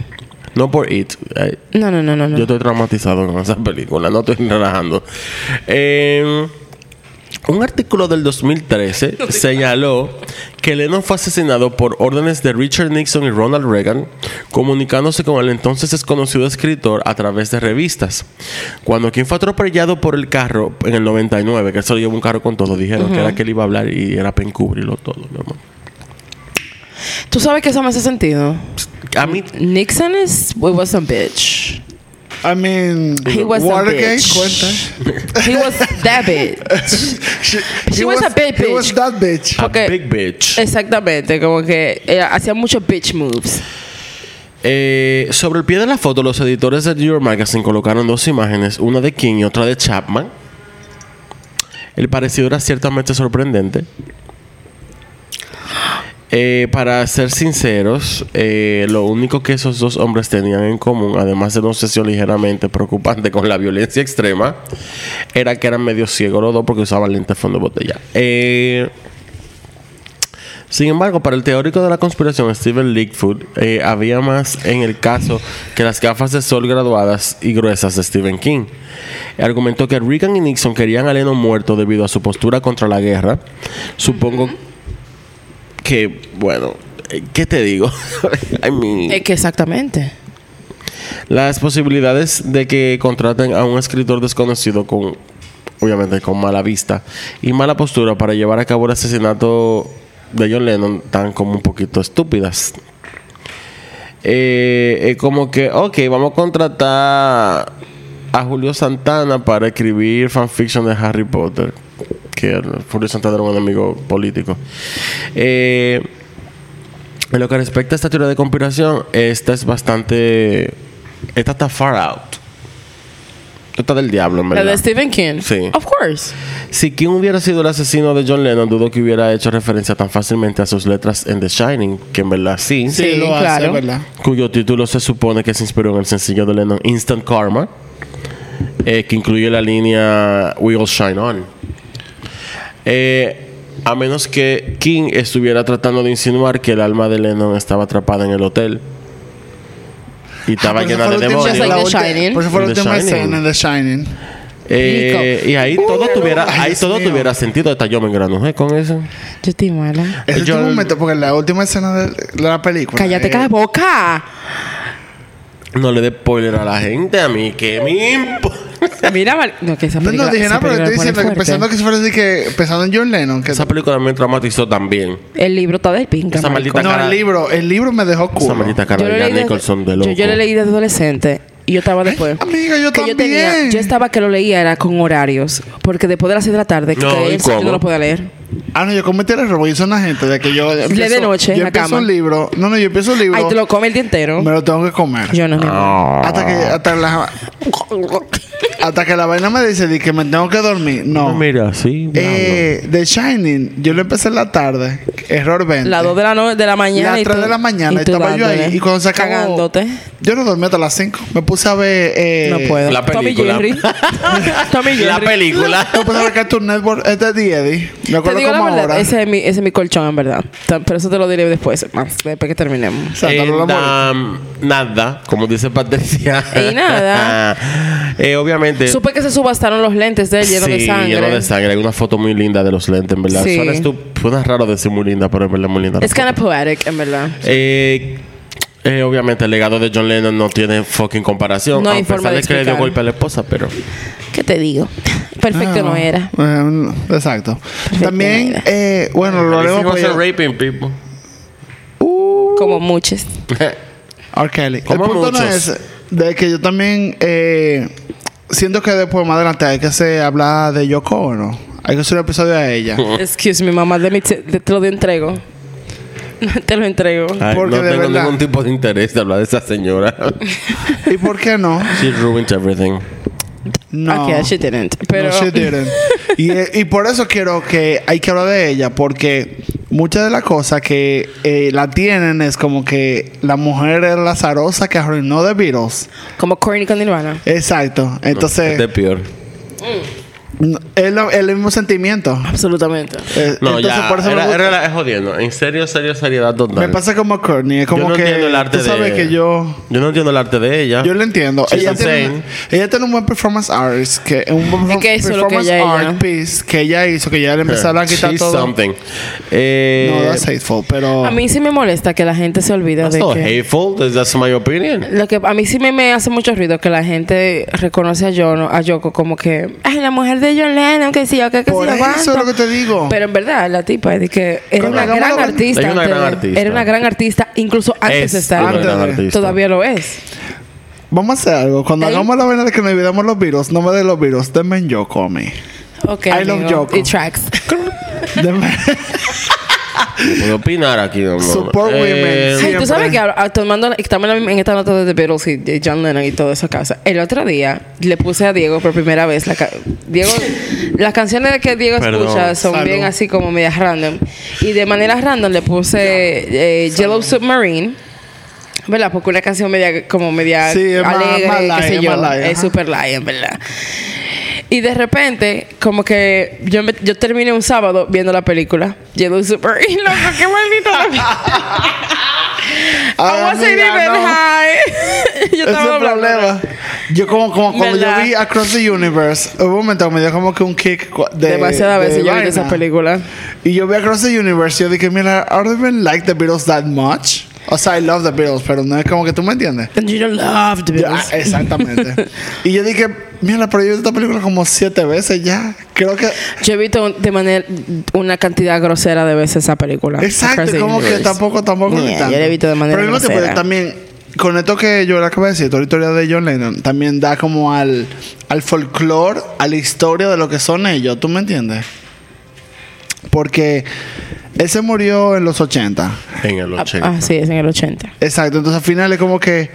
Speaker 2: No por It. Ay,
Speaker 3: No, no, no, no. no.
Speaker 2: Yo estoy traumatizado con esa película, no estoy relajando. Eh, un artículo del 2013 señaló que Lennon fue asesinado por órdenes de Richard Nixon y Ronald Reagan, comunicándose con el entonces desconocido escritor a través de revistas. Cuando quien fue atropellado por el carro en el 99, que él se lo llevó un carro con todo, dijeron que era que él iba a hablar y era para encubrirlo todo, mi amor.
Speaker 3: Tú sabes que eso me hace sentido.
Speaker 2: A mí,
Speaker 3: Nixon is, well, was a bitch.
Speaker 4: I mean,
Speaker 3: He was a
Speaker 4: Watergate
Speaker 3: bitch.
Speaker 4: cuenta.
Speaker 3: He was that bitch.
Speaker 4: She,
Speaker 3: She was a big
Speaker 4: He
Speaker 3: bitch.
Speaker 4: was that bitch.
Speaker 2: a
Speaker 3: Ok.
Speaker 2: big bitch.
Speaker 3: Exactamente, como que eh, hacía muchos bitch moves.
Speaker 2: Eh, sobre el pie de la foto, los editores de New York Magazine colocaron dos imágenes, una de King y otra de Chapman. El parecido era ciertamente sorprendente. Eh, para ser sinceros, eh, lo único que esos dos hombres tenían en común, además de una obsesión ligeramente preocupante con la violencia extrema, era que eran medio ciegos los dos porque usaban lentes de fondo de botella. Eh, sin embargo, para el teórico de la conspiración Steven Ligfoot, eh, había más en el caso que las gafas de sol graduadas y gruesas de Stephen King. Argumentó que Reagan y Nixon querían a Lennon muerto debido a su postura contra la guerra. Supongo que, bueno, eh, ¿qué te digo? I mean-
Speaker 3: Es que exactamente.
Speaker 2: las posibilidades de que contraten a un escritor desconocido con, obviamente, con mala vista y mala postura para llevar a cabo el asesinato de John Lennon tan como un poquito estúpidas. Eh, eh, como que, ok, vamos a contratar a Julio Santana para escribir fanfiction de Harry Potter. Que Julio Santana era un enemigo político. Eh, en lo que respecta a esta teoría de conspiración, esta es bastante. Esta está far out. Está del diablo, en
Speaker 3: La
Speaker 2: verdad.
Speaker 3: de Stephen King.
Speaker 2: Sí.
Speaker 3: Of course.
Speaker 2: Si King hubiera sido el asesino de John Lennon, dudo que hubiera hecho referencia tan fácilmente a sus letras en The Shining, que en verdad sí,
Speaker 3: Sí, claro.
Speaker 4: ¿verdad?
Speaker 2: cuyo título se supone que se inspiró en el sencillo de Lennon Instant Karma, eh, que incluye la línea We All Shine On. Eh, a menos que King estuviera tratando de insinuar que el alma de Lennon estaba atrapada en el hotel y estaba
Speaker 4: Por Ah, eso
Speaker 2: llena
Speaker 4: fue
Speaker 2: de
Speaker 4: la última-
Speaker 3: Just like
Speaker 2: demonios.
Speaker 4: la
Speaker 3: The
Speaker 4: última-
Speaker 3: Shining.
Speaker 4: Por eso fue la
Speaker 2: The
Speaker 4: última
Speaker 2: Shining.
Speaker 4: escena en The Shining.
Speaker 2: Eh, y ahí todo tuviera,
Speaker 4: Uh, Ay,
Speaker 2: ahí
Speaker 4: Dios
Speaker 2: todo
Speaker 4: mío.
Speaker 2: tuviera sentido. Hasta yo me engranujé ¿eh? con eso.
Speaker 3: Yo estoy mala.
Speaker 4: Es el
Speaker 2: Yo-
Speaker 4: último momento, porque la última escena de de la película.
Speaker 3: Cállate,
Speaker 4: eh,
Speaker 3: cállate boca.
Speaker 2: No le dé spoiler a la gente, a mí que me importa.
Speaker 3: Mira, Val- no, que esa
Speaker 4: No,
Speaker 3: película-
Speaker 4: no dije
Speaker 3: esa
Speaker 4: nada, pero
Speaker 3: película
Speaker 4: estoy diciendo
Speaker 3: pone
Speaker 4: que
Speaker 3: fuerte.
Speaker 4: pensando que si fuera así que pensando en John Lennon, que
Speaker 2: Esa película me traumatizó también.
Speaker 3: El libro está del pinca.
Speaker 2: Esa
Speaker 3: marico.
Speaker 2: maldita
Speaker 4: no, el libro, el libro me dejó
Speaker 2: Esa
Speaker 4: culo.
Speaker 2: maldita cara
Speaker 3: yo
Speaker 2: de
Speaker 3: lo
Speaker 2: Jack
Speaker 3: leí desde-
Speaker 2: Nicholson de loco.
Speaker 3: yo, yo lo leí desde adolescente y yo estaba después.
Speaker 4: Amiga, yo
Speaker 3: que
Speaker 4: también.
Speaker 3: yo tenía, yo estaba que lo leía era con horarios, porque después de las 6 de la tarde que
Speaker 2: No,
Speaker 3: caía
Speaker 2: ¿y
Speaker 3: el sol, yo
Speaker 2: cómo?
Speaker 3: no lo podía leer.
Speaker 4: Ah, no, yo cometí el error. Yo soy una gente de que yo. empiezo-
Speaker 3: de noche, en
Speaker 4: Yo
Speaker 3: la
Speaker 4: empiezo
Speaker 3: cama.
Speaker 4: un libro. No, no, yo empiezo un libro.
Speaker 3: Ay, te lo come el día entero.
Speaker 4: Me lo tengo que comer.
Speaker 3: Yo no, mi amor.
Speaker 4: Hasta que, hasta, la, hasta que la vaina me dice de que me tengo que dormir. No.
Speaker 2: mira, sí.
Speaker 4: eh, The Shining, yo lo empecé en la tarde. Error 20.
Speaker 3: Las 2 de la, no- de la mañana.
Speaker 4: Las
Speaker 3: y
Speaker 4: 3
Speaker 3: tú-
Speaker 4: de la mañana.
Speaker 3: y tú
Speaker 4: estaba yo ahí.
Speaker 3: dándole,
Speaker 4: Y cuando se acabó.
Speaker 3: Cagándote.
Speaker 4: Yo no dormí hasta las 5. Me puse a ver. eh,
Speaker 3: no puedo.
Speaker 2: la
Speaker 3: Tommy
Speaker 2: película.
Speaker 3: Jerry. Tommy Jerry.
Speaker 2: La película.
Speaker 4: Me puse a ver Cartoon Network. Es de Eddie. Me
Speaker 3: Te
Speaker 4: acuerdo
Speaker 3: digo la
Speaker 4: como
Speaker 3: verdad,
Speaker 4: ahora.
Speaker 3: ese es, mi, ese es mi colchón, en verdad. Ta- Pero eso te lo diré después, más, después que terminemos.
Speaker 4: O sea, hasta
Speaker 2: En,
Speaker 4: los amores.
Speaker 2: um, nada, como dice Patricia.
Speaker 3: Y nada.
Speaker 2: Eh, obviamente.
Speaker 4: Este,
Speaker 3: Supe que se subastaron los lentes de él lleno de
Speaker 2: sí,
Speaker 3: sangre.
Speaker 2: lleno de sangre. Hay una foto muy linda de los lentes, en verdad.
Speaker 3: Sí.
Speaker 2: Suena, estu- suena raro decir muy linda, pero en verdad muy linda. la
Speaker 3: Es kind of poetic, en verdad.
Speaker 2: Eh, eh, obviamente el legado de John Lennon no tiene fucking comparación.
Speaker 3: No hay
Speaker 2: a pesar
Speaker 3: forma de
Speaker 2: que le dio
Speaker 3: explicarlo.
Speaker 2: golpe a la esposa, pero
Speaker 3: ¿Qué te digo? Perfecto no era.
Speaker 4: Eh, no, exacto. También,
Speaker 3: no era.
Speaker 4: eh, bueno, lo
Speaker 2: At least he
Speaker 4: haremos
Speaker 2: wasn't
Speaker 4: por Uh,
Speaker 2: raping people.
Speaker 3: Como muchos.
Speaker 4: R. Kelly. El
Speaker 2: Como
Speaker 4: punto no
Speaker 2: muchos.
Speaker 4: es de que yo también eh, siento que después más adelante hay que hacer hablar de Yoko Ono. Hay que hacer un episodio a ella.
Speaker 3: Excuse me, mamá, de mi te, te lo entrego. te lo entrego.
Speaker 2: Ay,
Speaker 4: Porque
Speaker 2: no
Speaker 4: de
Speaker 2: tengo
Speaker 4: verdad-
Speaker 2: ningún tipo de interés de hablar de esa señora.
Speaker 4: ¿Y por qué no?
Speaker 2: She ruined everything.
Speaker 4: No.
Speaker 3: Okay, she didn't. Pero
Speaker 4: No, she didn't. y, eh, y por eso quiero que hay que hablar de ella, porque muchas de las cosas que eh, la tienen es como que la mujer es la zarosa que arruinó de Beatles.
Speaker 3: como Corny con Nirvana.
Speaker 4: Exacto. Entonces,
Speaker 2: Este es peor.
Speaker 4: no, es, lo- es el mismo sentimiento.
Speaker 3: Absolutamente.
Speaker 4: Eh,
Speaker 2: No,
Speaker 4: entonces,
Speaker 2: ya.
Speaker 4: por eso me
Speaker 2: era,
Speaker 4: gusta-
Speaker 2: era la- es jodiendo. En serio, serio, seriedad total.
Speaker 4: Me pasa como Courtney, es como
Speaker 2: yo no
Speaker 4: que
Speaker 2: entiendo el arte
Speaker 4: tú
Speaker 2: de Ah.
Speaker 4: sabes
Speaker 2: ella.
Speaker 4: que yo
Speaker 2: Yo no entiendo el arte de ella.
Speaker 4: yo lo entiendo.
Speaker 2: She's
Speaker 4: ella, tiene,
Speaker 2: insane.
Speaker 4: ella tiene un buen performance artist, que un buen
Speaker 3: Es que eso es lo que
Speaker 4: performance
Speaker 3: ella-
Speaker 4: art
Speaker 3: ella.
Speaker 4: piece que ella hizo, que ya le empezaron a quitar
Speaker 2: She's
Speaker 4: todo.
Speaker 2: something. Eh,
Speaker 4: no, that's hateful, pero
Speaker 3: A mí sí me molesta que la gente se olvida
Speaker 2: that's
Speaker 3: de
Speaker 2: not
Speaker 3: que...
Speaker 2: hateful. That's, that's my opinion.
Speaker 3: Lo que a mí sí me, me hace mucho ruido que la gente reconoce a, Jono, a Yoko como que, ay, la mujer de John Lennon, que sí, yo, que, que sí,
Speaker 4: por
Speaker 3: yo,
Speaker 4: eso es lo
Speaker 3: cuánto".
Speaker 4: que te digo.
Speaker 3: Pero en verdad, la tipa es de que
Speaker 4: Claro.
Speaker 3: era una
Speaker 4: Hagámoslo
Speaker 3: gran
Speaker 4: con-
Speaker 3: artista.
Speaker 2: Era una
Speaker 3: antes
Speaker 2: gran
Speaker 3: de-
Speaker 2: artista.
Speaker 3: Era una gran artista, incluso antes
Speaker 2: Es
Speaker 3: de
Speaker 2: una
Speaker 3: estar.
Speaker 4: Antes
Speaker 2: gran
Speaker 4: de-
Speaker 2: artista.
Speaker 3: Todavía lo es.
Speaker 4: Vamos a hacer algo. Cuando
Speaker 3: Ahí-
Speaker 4: hagamos la vaina de que nos olvidamos los virus, no me de los virus, denme en Yoko a mí.
Speaker 3: Ok.
Speaker 4: I love
Speaker 3: amigo.
Speaker 4: Yoko.
Speaker 3: It tracks.
Speaker 4: Denme-
Speaker 2: Puedo opinar aquí, Eh, mi amor.
Speaker 4: Support women. Sí.
Speaker 3: Ay, tú
Speaker 4: Siempre.
Speaker 3: sabes que ahora, ah, tomando, estamos en la- en esta nota de The Beatles y de John Lennon y toda esa casa. El otro día le puse a Diego por primera vez la ca- Diego, las canciones que Diego
Speaker 2: Perdón.
Speaker 3: escucha son
Speaker 4: Salud.
Speaker 3: bien así como medias random. Y de manera random le puse eh, Yellow Submarine. ¿Verdad? Porque una canción media, como media
Speaker 4: Sí, es más-
Speaker 3: alegre,
Speaker 4: más
Speaker 3: qué sé
Speaker 4: light,
Speaker 3: yo.
Speaker 4: más light,
Speaker 3: es
Speaker 4: ajá.
Speaker 3: super light, en verdad. Y de repente, como que yo, me- yo terminé un sábado viendo la película. Yellow Submarine, loco, qué maldito. I
Speaker 4: Ay,
Speaker 3: wasn't
Speaker 4: amiga,
Speaker 3: even
Speaker 4: no.
Speaker 3: high. yo
Speaker 4: Ese es
Speaker 3: estaba
Speaker 4: el
Speaker 3: hablando.
Speaker 4: problema. Yo como, como cuando
Speaker 3: ¿Verdad?
Speaker 4: yo vi Across the Universe, hubo un momento que me dio como que un kick cu- de
Speaker 3: Demasiadas
Speaker 4: de
Speaker 3: veces yo vi
Speaker 4: vaina.
Speaker 3: esa película.
Speaker 4: Y yo vi Across the Universe y yo dije, mira, I don't even like the Beatles that much. O sea, I love the Beatles, pero no es como que tú me entiendes.
Speaker 3: And you don't love the
Speaker 4: Yo- ah,
Speaker 3: Beatles.
Speaker 4: exactamente. y yo dije, mira, pero yo vi esta película como siete veces ya. Creo que...
Speaker 3: Yo he visto un- de manera una cantidad grosera de veces esa película. Across
Speaker 4: Exacto,
Speaker 3: the
Speaker 4: como que
Speaker 3: Universe.
Speaker 4: tampoco, tampoco.
Speaker 3: Yeah,
Speaker 4: ni tanto.
Speaker 3: yo la he visto de manera
Speaker 4: Pero al mismo tiempo,
Speaker 3: grosera.
Speaker 4: también, con esto que yo le acabo de decir, toda la historia de John Lennon, también da como al, al folclore, a la historia de lo que son ellos, ¿tú me entiendes? Porque él se murió en los 80.
Speaker 2: En el
Speaker 3: Ah,
Speaker 2: 80.
Speaker 3: ah, sí, es en el 80.
Speaker 4: Exacto, entonces al final es como que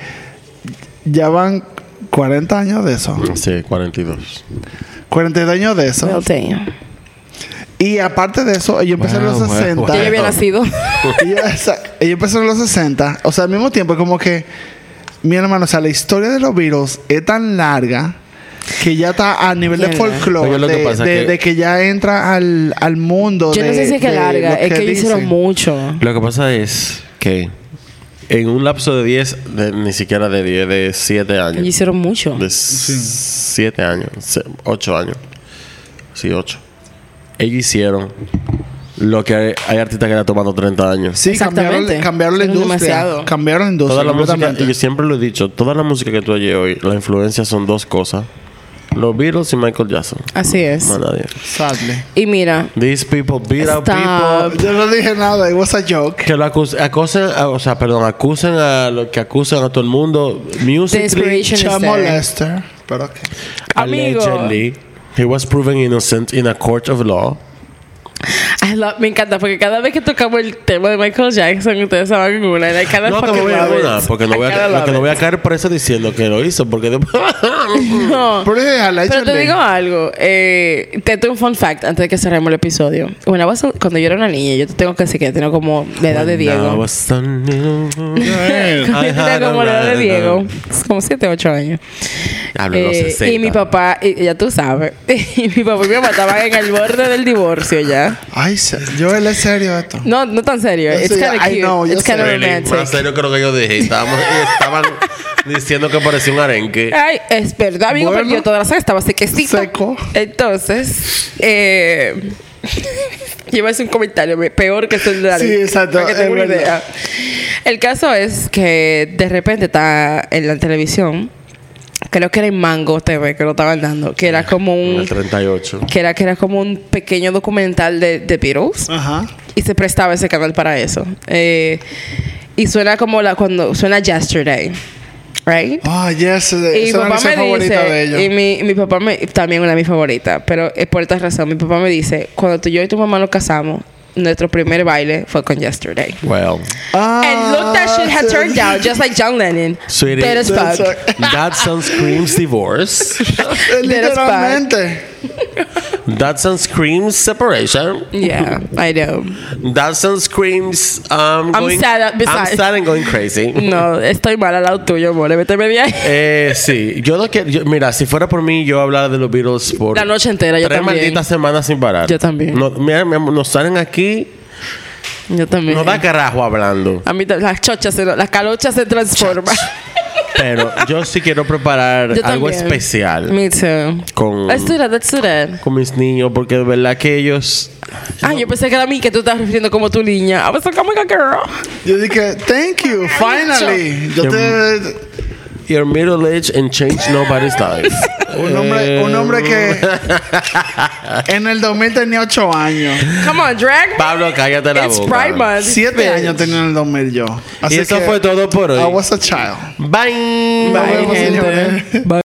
Speaker 4: ya van 40 años de eso.
Speaker 2: Sí, 42.
Speaker 4: 42 años de eso.
Speaker 3: Well, damn.
Speaker 4: Y aparte de eso, yo empecé en
Speaker 2: Wow,
Speaker 4: los
Speaker 2: wow,
Speaker 4: 60.
Speaker 2: wow.
Speaker 3: Ya yo había nacido.
Speaker 4: ella, esa- ella empezó en los 60. O sea, al mismo tiempo, como que. Mi hermano, o sea, la historia de los virus es tan larga que ya está a nivel de
Speaker 3: Mierda.
Speaker 4: folclore,
Speaker 2: Oye, lo que
Speaker 4: de,
Speaker 2: pasa
Speaker 4: de-
Speaker 2: que-
Speaker 4: de que ya entra al, al mundo.
Speaker 3: Yo no
Speaker 4: de-
Speaker 3: sé si es que
Speaker 4: de
Speaker 3: larga,
Speaker 4: lo
Speaker 3: es que ellos hicieron
Speaker 4: dicen.
Speaker 3: mucho.
Speaker 2: Lo que pasa es que en un lapso de 10, de- ni siquiera de 10, de 7
Speaker 3: Ellos
Speaker 2: años.
Speaker 3: hicieron mucho.
Speaker 2: De 7 años, 8 años. Sí, 8. Ellos hicieron lo que hay, hay artistas que le ha tomado 30 años.
Speaker 4: Sí, cambiaron,
Speaker 3: Exactamente.
Speaker 4: cambiaron la
Speaker 3: Hicieron
Speaker 4: industria.
Speaker 3: demasiado.
Speaker 4: Cambiaron la industria.
Speaker 2: Toda la música,
Speaker 4: completamente.
Speaker 2: y yo siempre lo he dicho, toda la música que tú oyes hoy, la influencia son dos cosas. Los Beatles y Michael Jackson.
Speaker 3: Así es.
Speaker 2: Más nadie.
Speaker 4: Sadly.
Speaker 3: Y mira,
Speaker 2: These people beat up
Speaker 3: Stop.
Speaker 2: people.
Speaker 4: Yo no dije nada, it was a joke.
Speaker 2: Que lo acus- acosen, a- o sea, perdón, acusen a lo que acusan a todo el mundo.
Speaker 3: The
Speaker 2: Musically,
Speaker 3: Inspiration is
Speaker 4: Chamo
Speaker 3: there.
Speaker 4: Lester. Pero ok.
Speaker 3: Amigo.
Speaker 2: allegedly, he was proven innocent in a court of law.
Speaker 3: I love- me encanta porque cada vez que tocamos el tema de Michael Jackson, ustedes saben una. y I cada
Speaker 2: No te
Speaker 3: fucking
Speaker 2: voy a
Speaker 3: love
Speaker 2: dar
Speaker 3: it.
Speaker 2: porque no
Speaker 3: I
Speaker 2: voy
Speaker 3: cada
Speaker 2: a, lo
Speaker 3: love
Speaker 2: que no
Speaker 3: it.
Speaker 2: voy a caer preso diciendo que lo hizo, porque después-
Speaker 3: No.
Speaker 4: Pero eh, a la
Speaker 3: Oh. Pero te
Speaker 4: HLD.
Speaker 3: digo algo. Eh, te doy un fun fact antes de que cerremos el episodio. When I was- cuando yo era una niña, yo te tengo que decir que tenía como la edad
Speaker 2: Now I
Speaker 3: de Diego.
Speaker 2: was on you.
Speaker 3: Yo
Speaker 2: I
Speaker 3: tenía
Speaker 2: had a
Speaker 3: como la edad de
Speaker 2: ride
Speaker 3: Diego.
Speaker 2: on.
Speaker 3: Como 7, 8 años.
Speaker 2: Hablo de los
Speaker 3: Eh,
Speaker 2: 60.
Speaker 3: y mi papá, y- ya tú sabes, y mi papá y mi mamá estaban en el borde del divorcio ya.
Speaker 4: Ay, se- yo él es serio esto.
Speaker 3: No, no tan serio.
Speaker 4: Yo
Speaker 3: It's
Speaker 4: sé,
Speaker 3: kind
Speaker 4: I
Speaker 3: of cute.
Speaker 4: know, yo
Speaker 3: It's kind of
Speaker 4: sé.
Speaker 2: Really, Más
Speaker 3: romantic.
Speaker 2: serio creo que yo dije. Estábamos, estaban diciendo que parecía un arenque.
Speaker 3: Ay, es verdad, amigo,
Speaker 4: Bueno.
Speaker 3: porque yo todas las estaba sequecito.
Speaker 4: Seco.
Speaker 3: Entonces, eh, yo iba a hacer un comentario me- peor que el de la
Speaker 4: Sí,
Speaker 3: ley,
Speaker 4: exacto,
Speaker 3: para que
Speaker 4: es
Speaker 3: tenga una
Speaker 4: verdad.
Speaker 3: idea. El caso es que de repente está en la televisión, creo que era en Mango TV que lo estaban dando, que era como
Speaker 2: En
Speaker 3: un
Speaker 2: el 38.
Speaker 3: que era que era como un pequeño documental de, de Beatles
Speaker 4: Ajá.
Speaker 3: y se prestaba ese canal para eso. Eh, y suena como la cuando suena Yesterday, right?
Speaker 4: Ah, yes.
Speaker 3: Y mi
Speaker 4: esa es
Speaker 3: papá
Speaker 4: la
Speaker 3: me
Speaker 4: favorita de
Speaker 3: dice,
Speaker 4: ellos.
Speaker 3: y mi, mi papá me, también una de mis favoritas, pero es por esta razón. Mi papá me dice, cuando tú, yo y tu mamá nos casamos, nuestro primer baile fue con Yesterday.
Speaker 2: Well,
Speaker 4: Ah,
Speaker 3: And look that shit had
Speaker 4: sí.
Speaker 3: turned out, just like John Lennon.
Speaker 2: Sweetie.
Speaker 3: Dead as
Speaker 4: That's
Speaker 3: fuck.
Speaker 4: right.
Speaker 2: that sound screams divorce.
Speaker 4: Literalmente.
Speaker 2: That sound screams separation.
Speaker 3: Yeah, I know.
Speaker 2: That sound screams um,
Speaker 3: I'm
Speaker 2: going,
Speaker 3: sad, uh,
Speaker 2: I'm
Speaker 3: besides-
Speaker 2: sad and going crazy.
Speaker 3: No, estoy mal al lado tuyo, amor. Vete de ahí.
Speaker 2: Eh, sí, yo no quiero. yo- mira, si fuera por mí, yo hablar de los Beatles por.
Speaker 3: La noche entera, yo
Speaker 2: tres
Speaker 3: también.
Speaker 2: malditas semanas sin parar.
Speaker 3: Yo también.
Speaker 2: No, mira, mi amor, nos salen aquí,
Speaker 3: Yo también.
Speaker 2: nos da carajo hablando.
Speaker 3: A mí ta- las chochas, se lo- las calochas se transforman.
Speaker 2: Pero yo sí quiero preparar
Speaker 3: Yo
Speaker 2: algo
Speaker 3: también.
Speaker 2: especial
Speaker 3: Me too.
Speaker 2: con,
Speaker 3: That's it, that's it.
Speaker 2: con mis niños, porque de verdad que ellos.
Speaker 3: Ah, yo pensé que era a mí que tú estabas refiriendo como tu niña. I was like, oh my god, girl.
Speaker 4: Yo dije, thank you, finally. Yo te,
Speaker 2: Your middle age and change nobody's life.
Speaker 4: un, hombre, un hombre que
Speaker 2: Eh.
Speaker 4: en el 2000 tenía 8 años.
Speaker 3: Come on, drag.
Speaker 2: Pablo, cállate la
Speaker 3: It's
Speaker 2: boca.
Speaker 3: Pride Month.
Speaker 4: 7
Speaker 3: bitch.
Speaker 4: años tenía en el 2000 yo. Así
Speaker 2: Y eso
Speaker 4: que
Speaker 2: fue todo por
Speaker 4: I
Speaker 2: hoy.
Speaker 4: was a child.
Speaker 2: Bye.
Speaker 4: Nos vemos,
Speaker 3: gente.
Speaker 4: señores.
Speaker 3: Bye.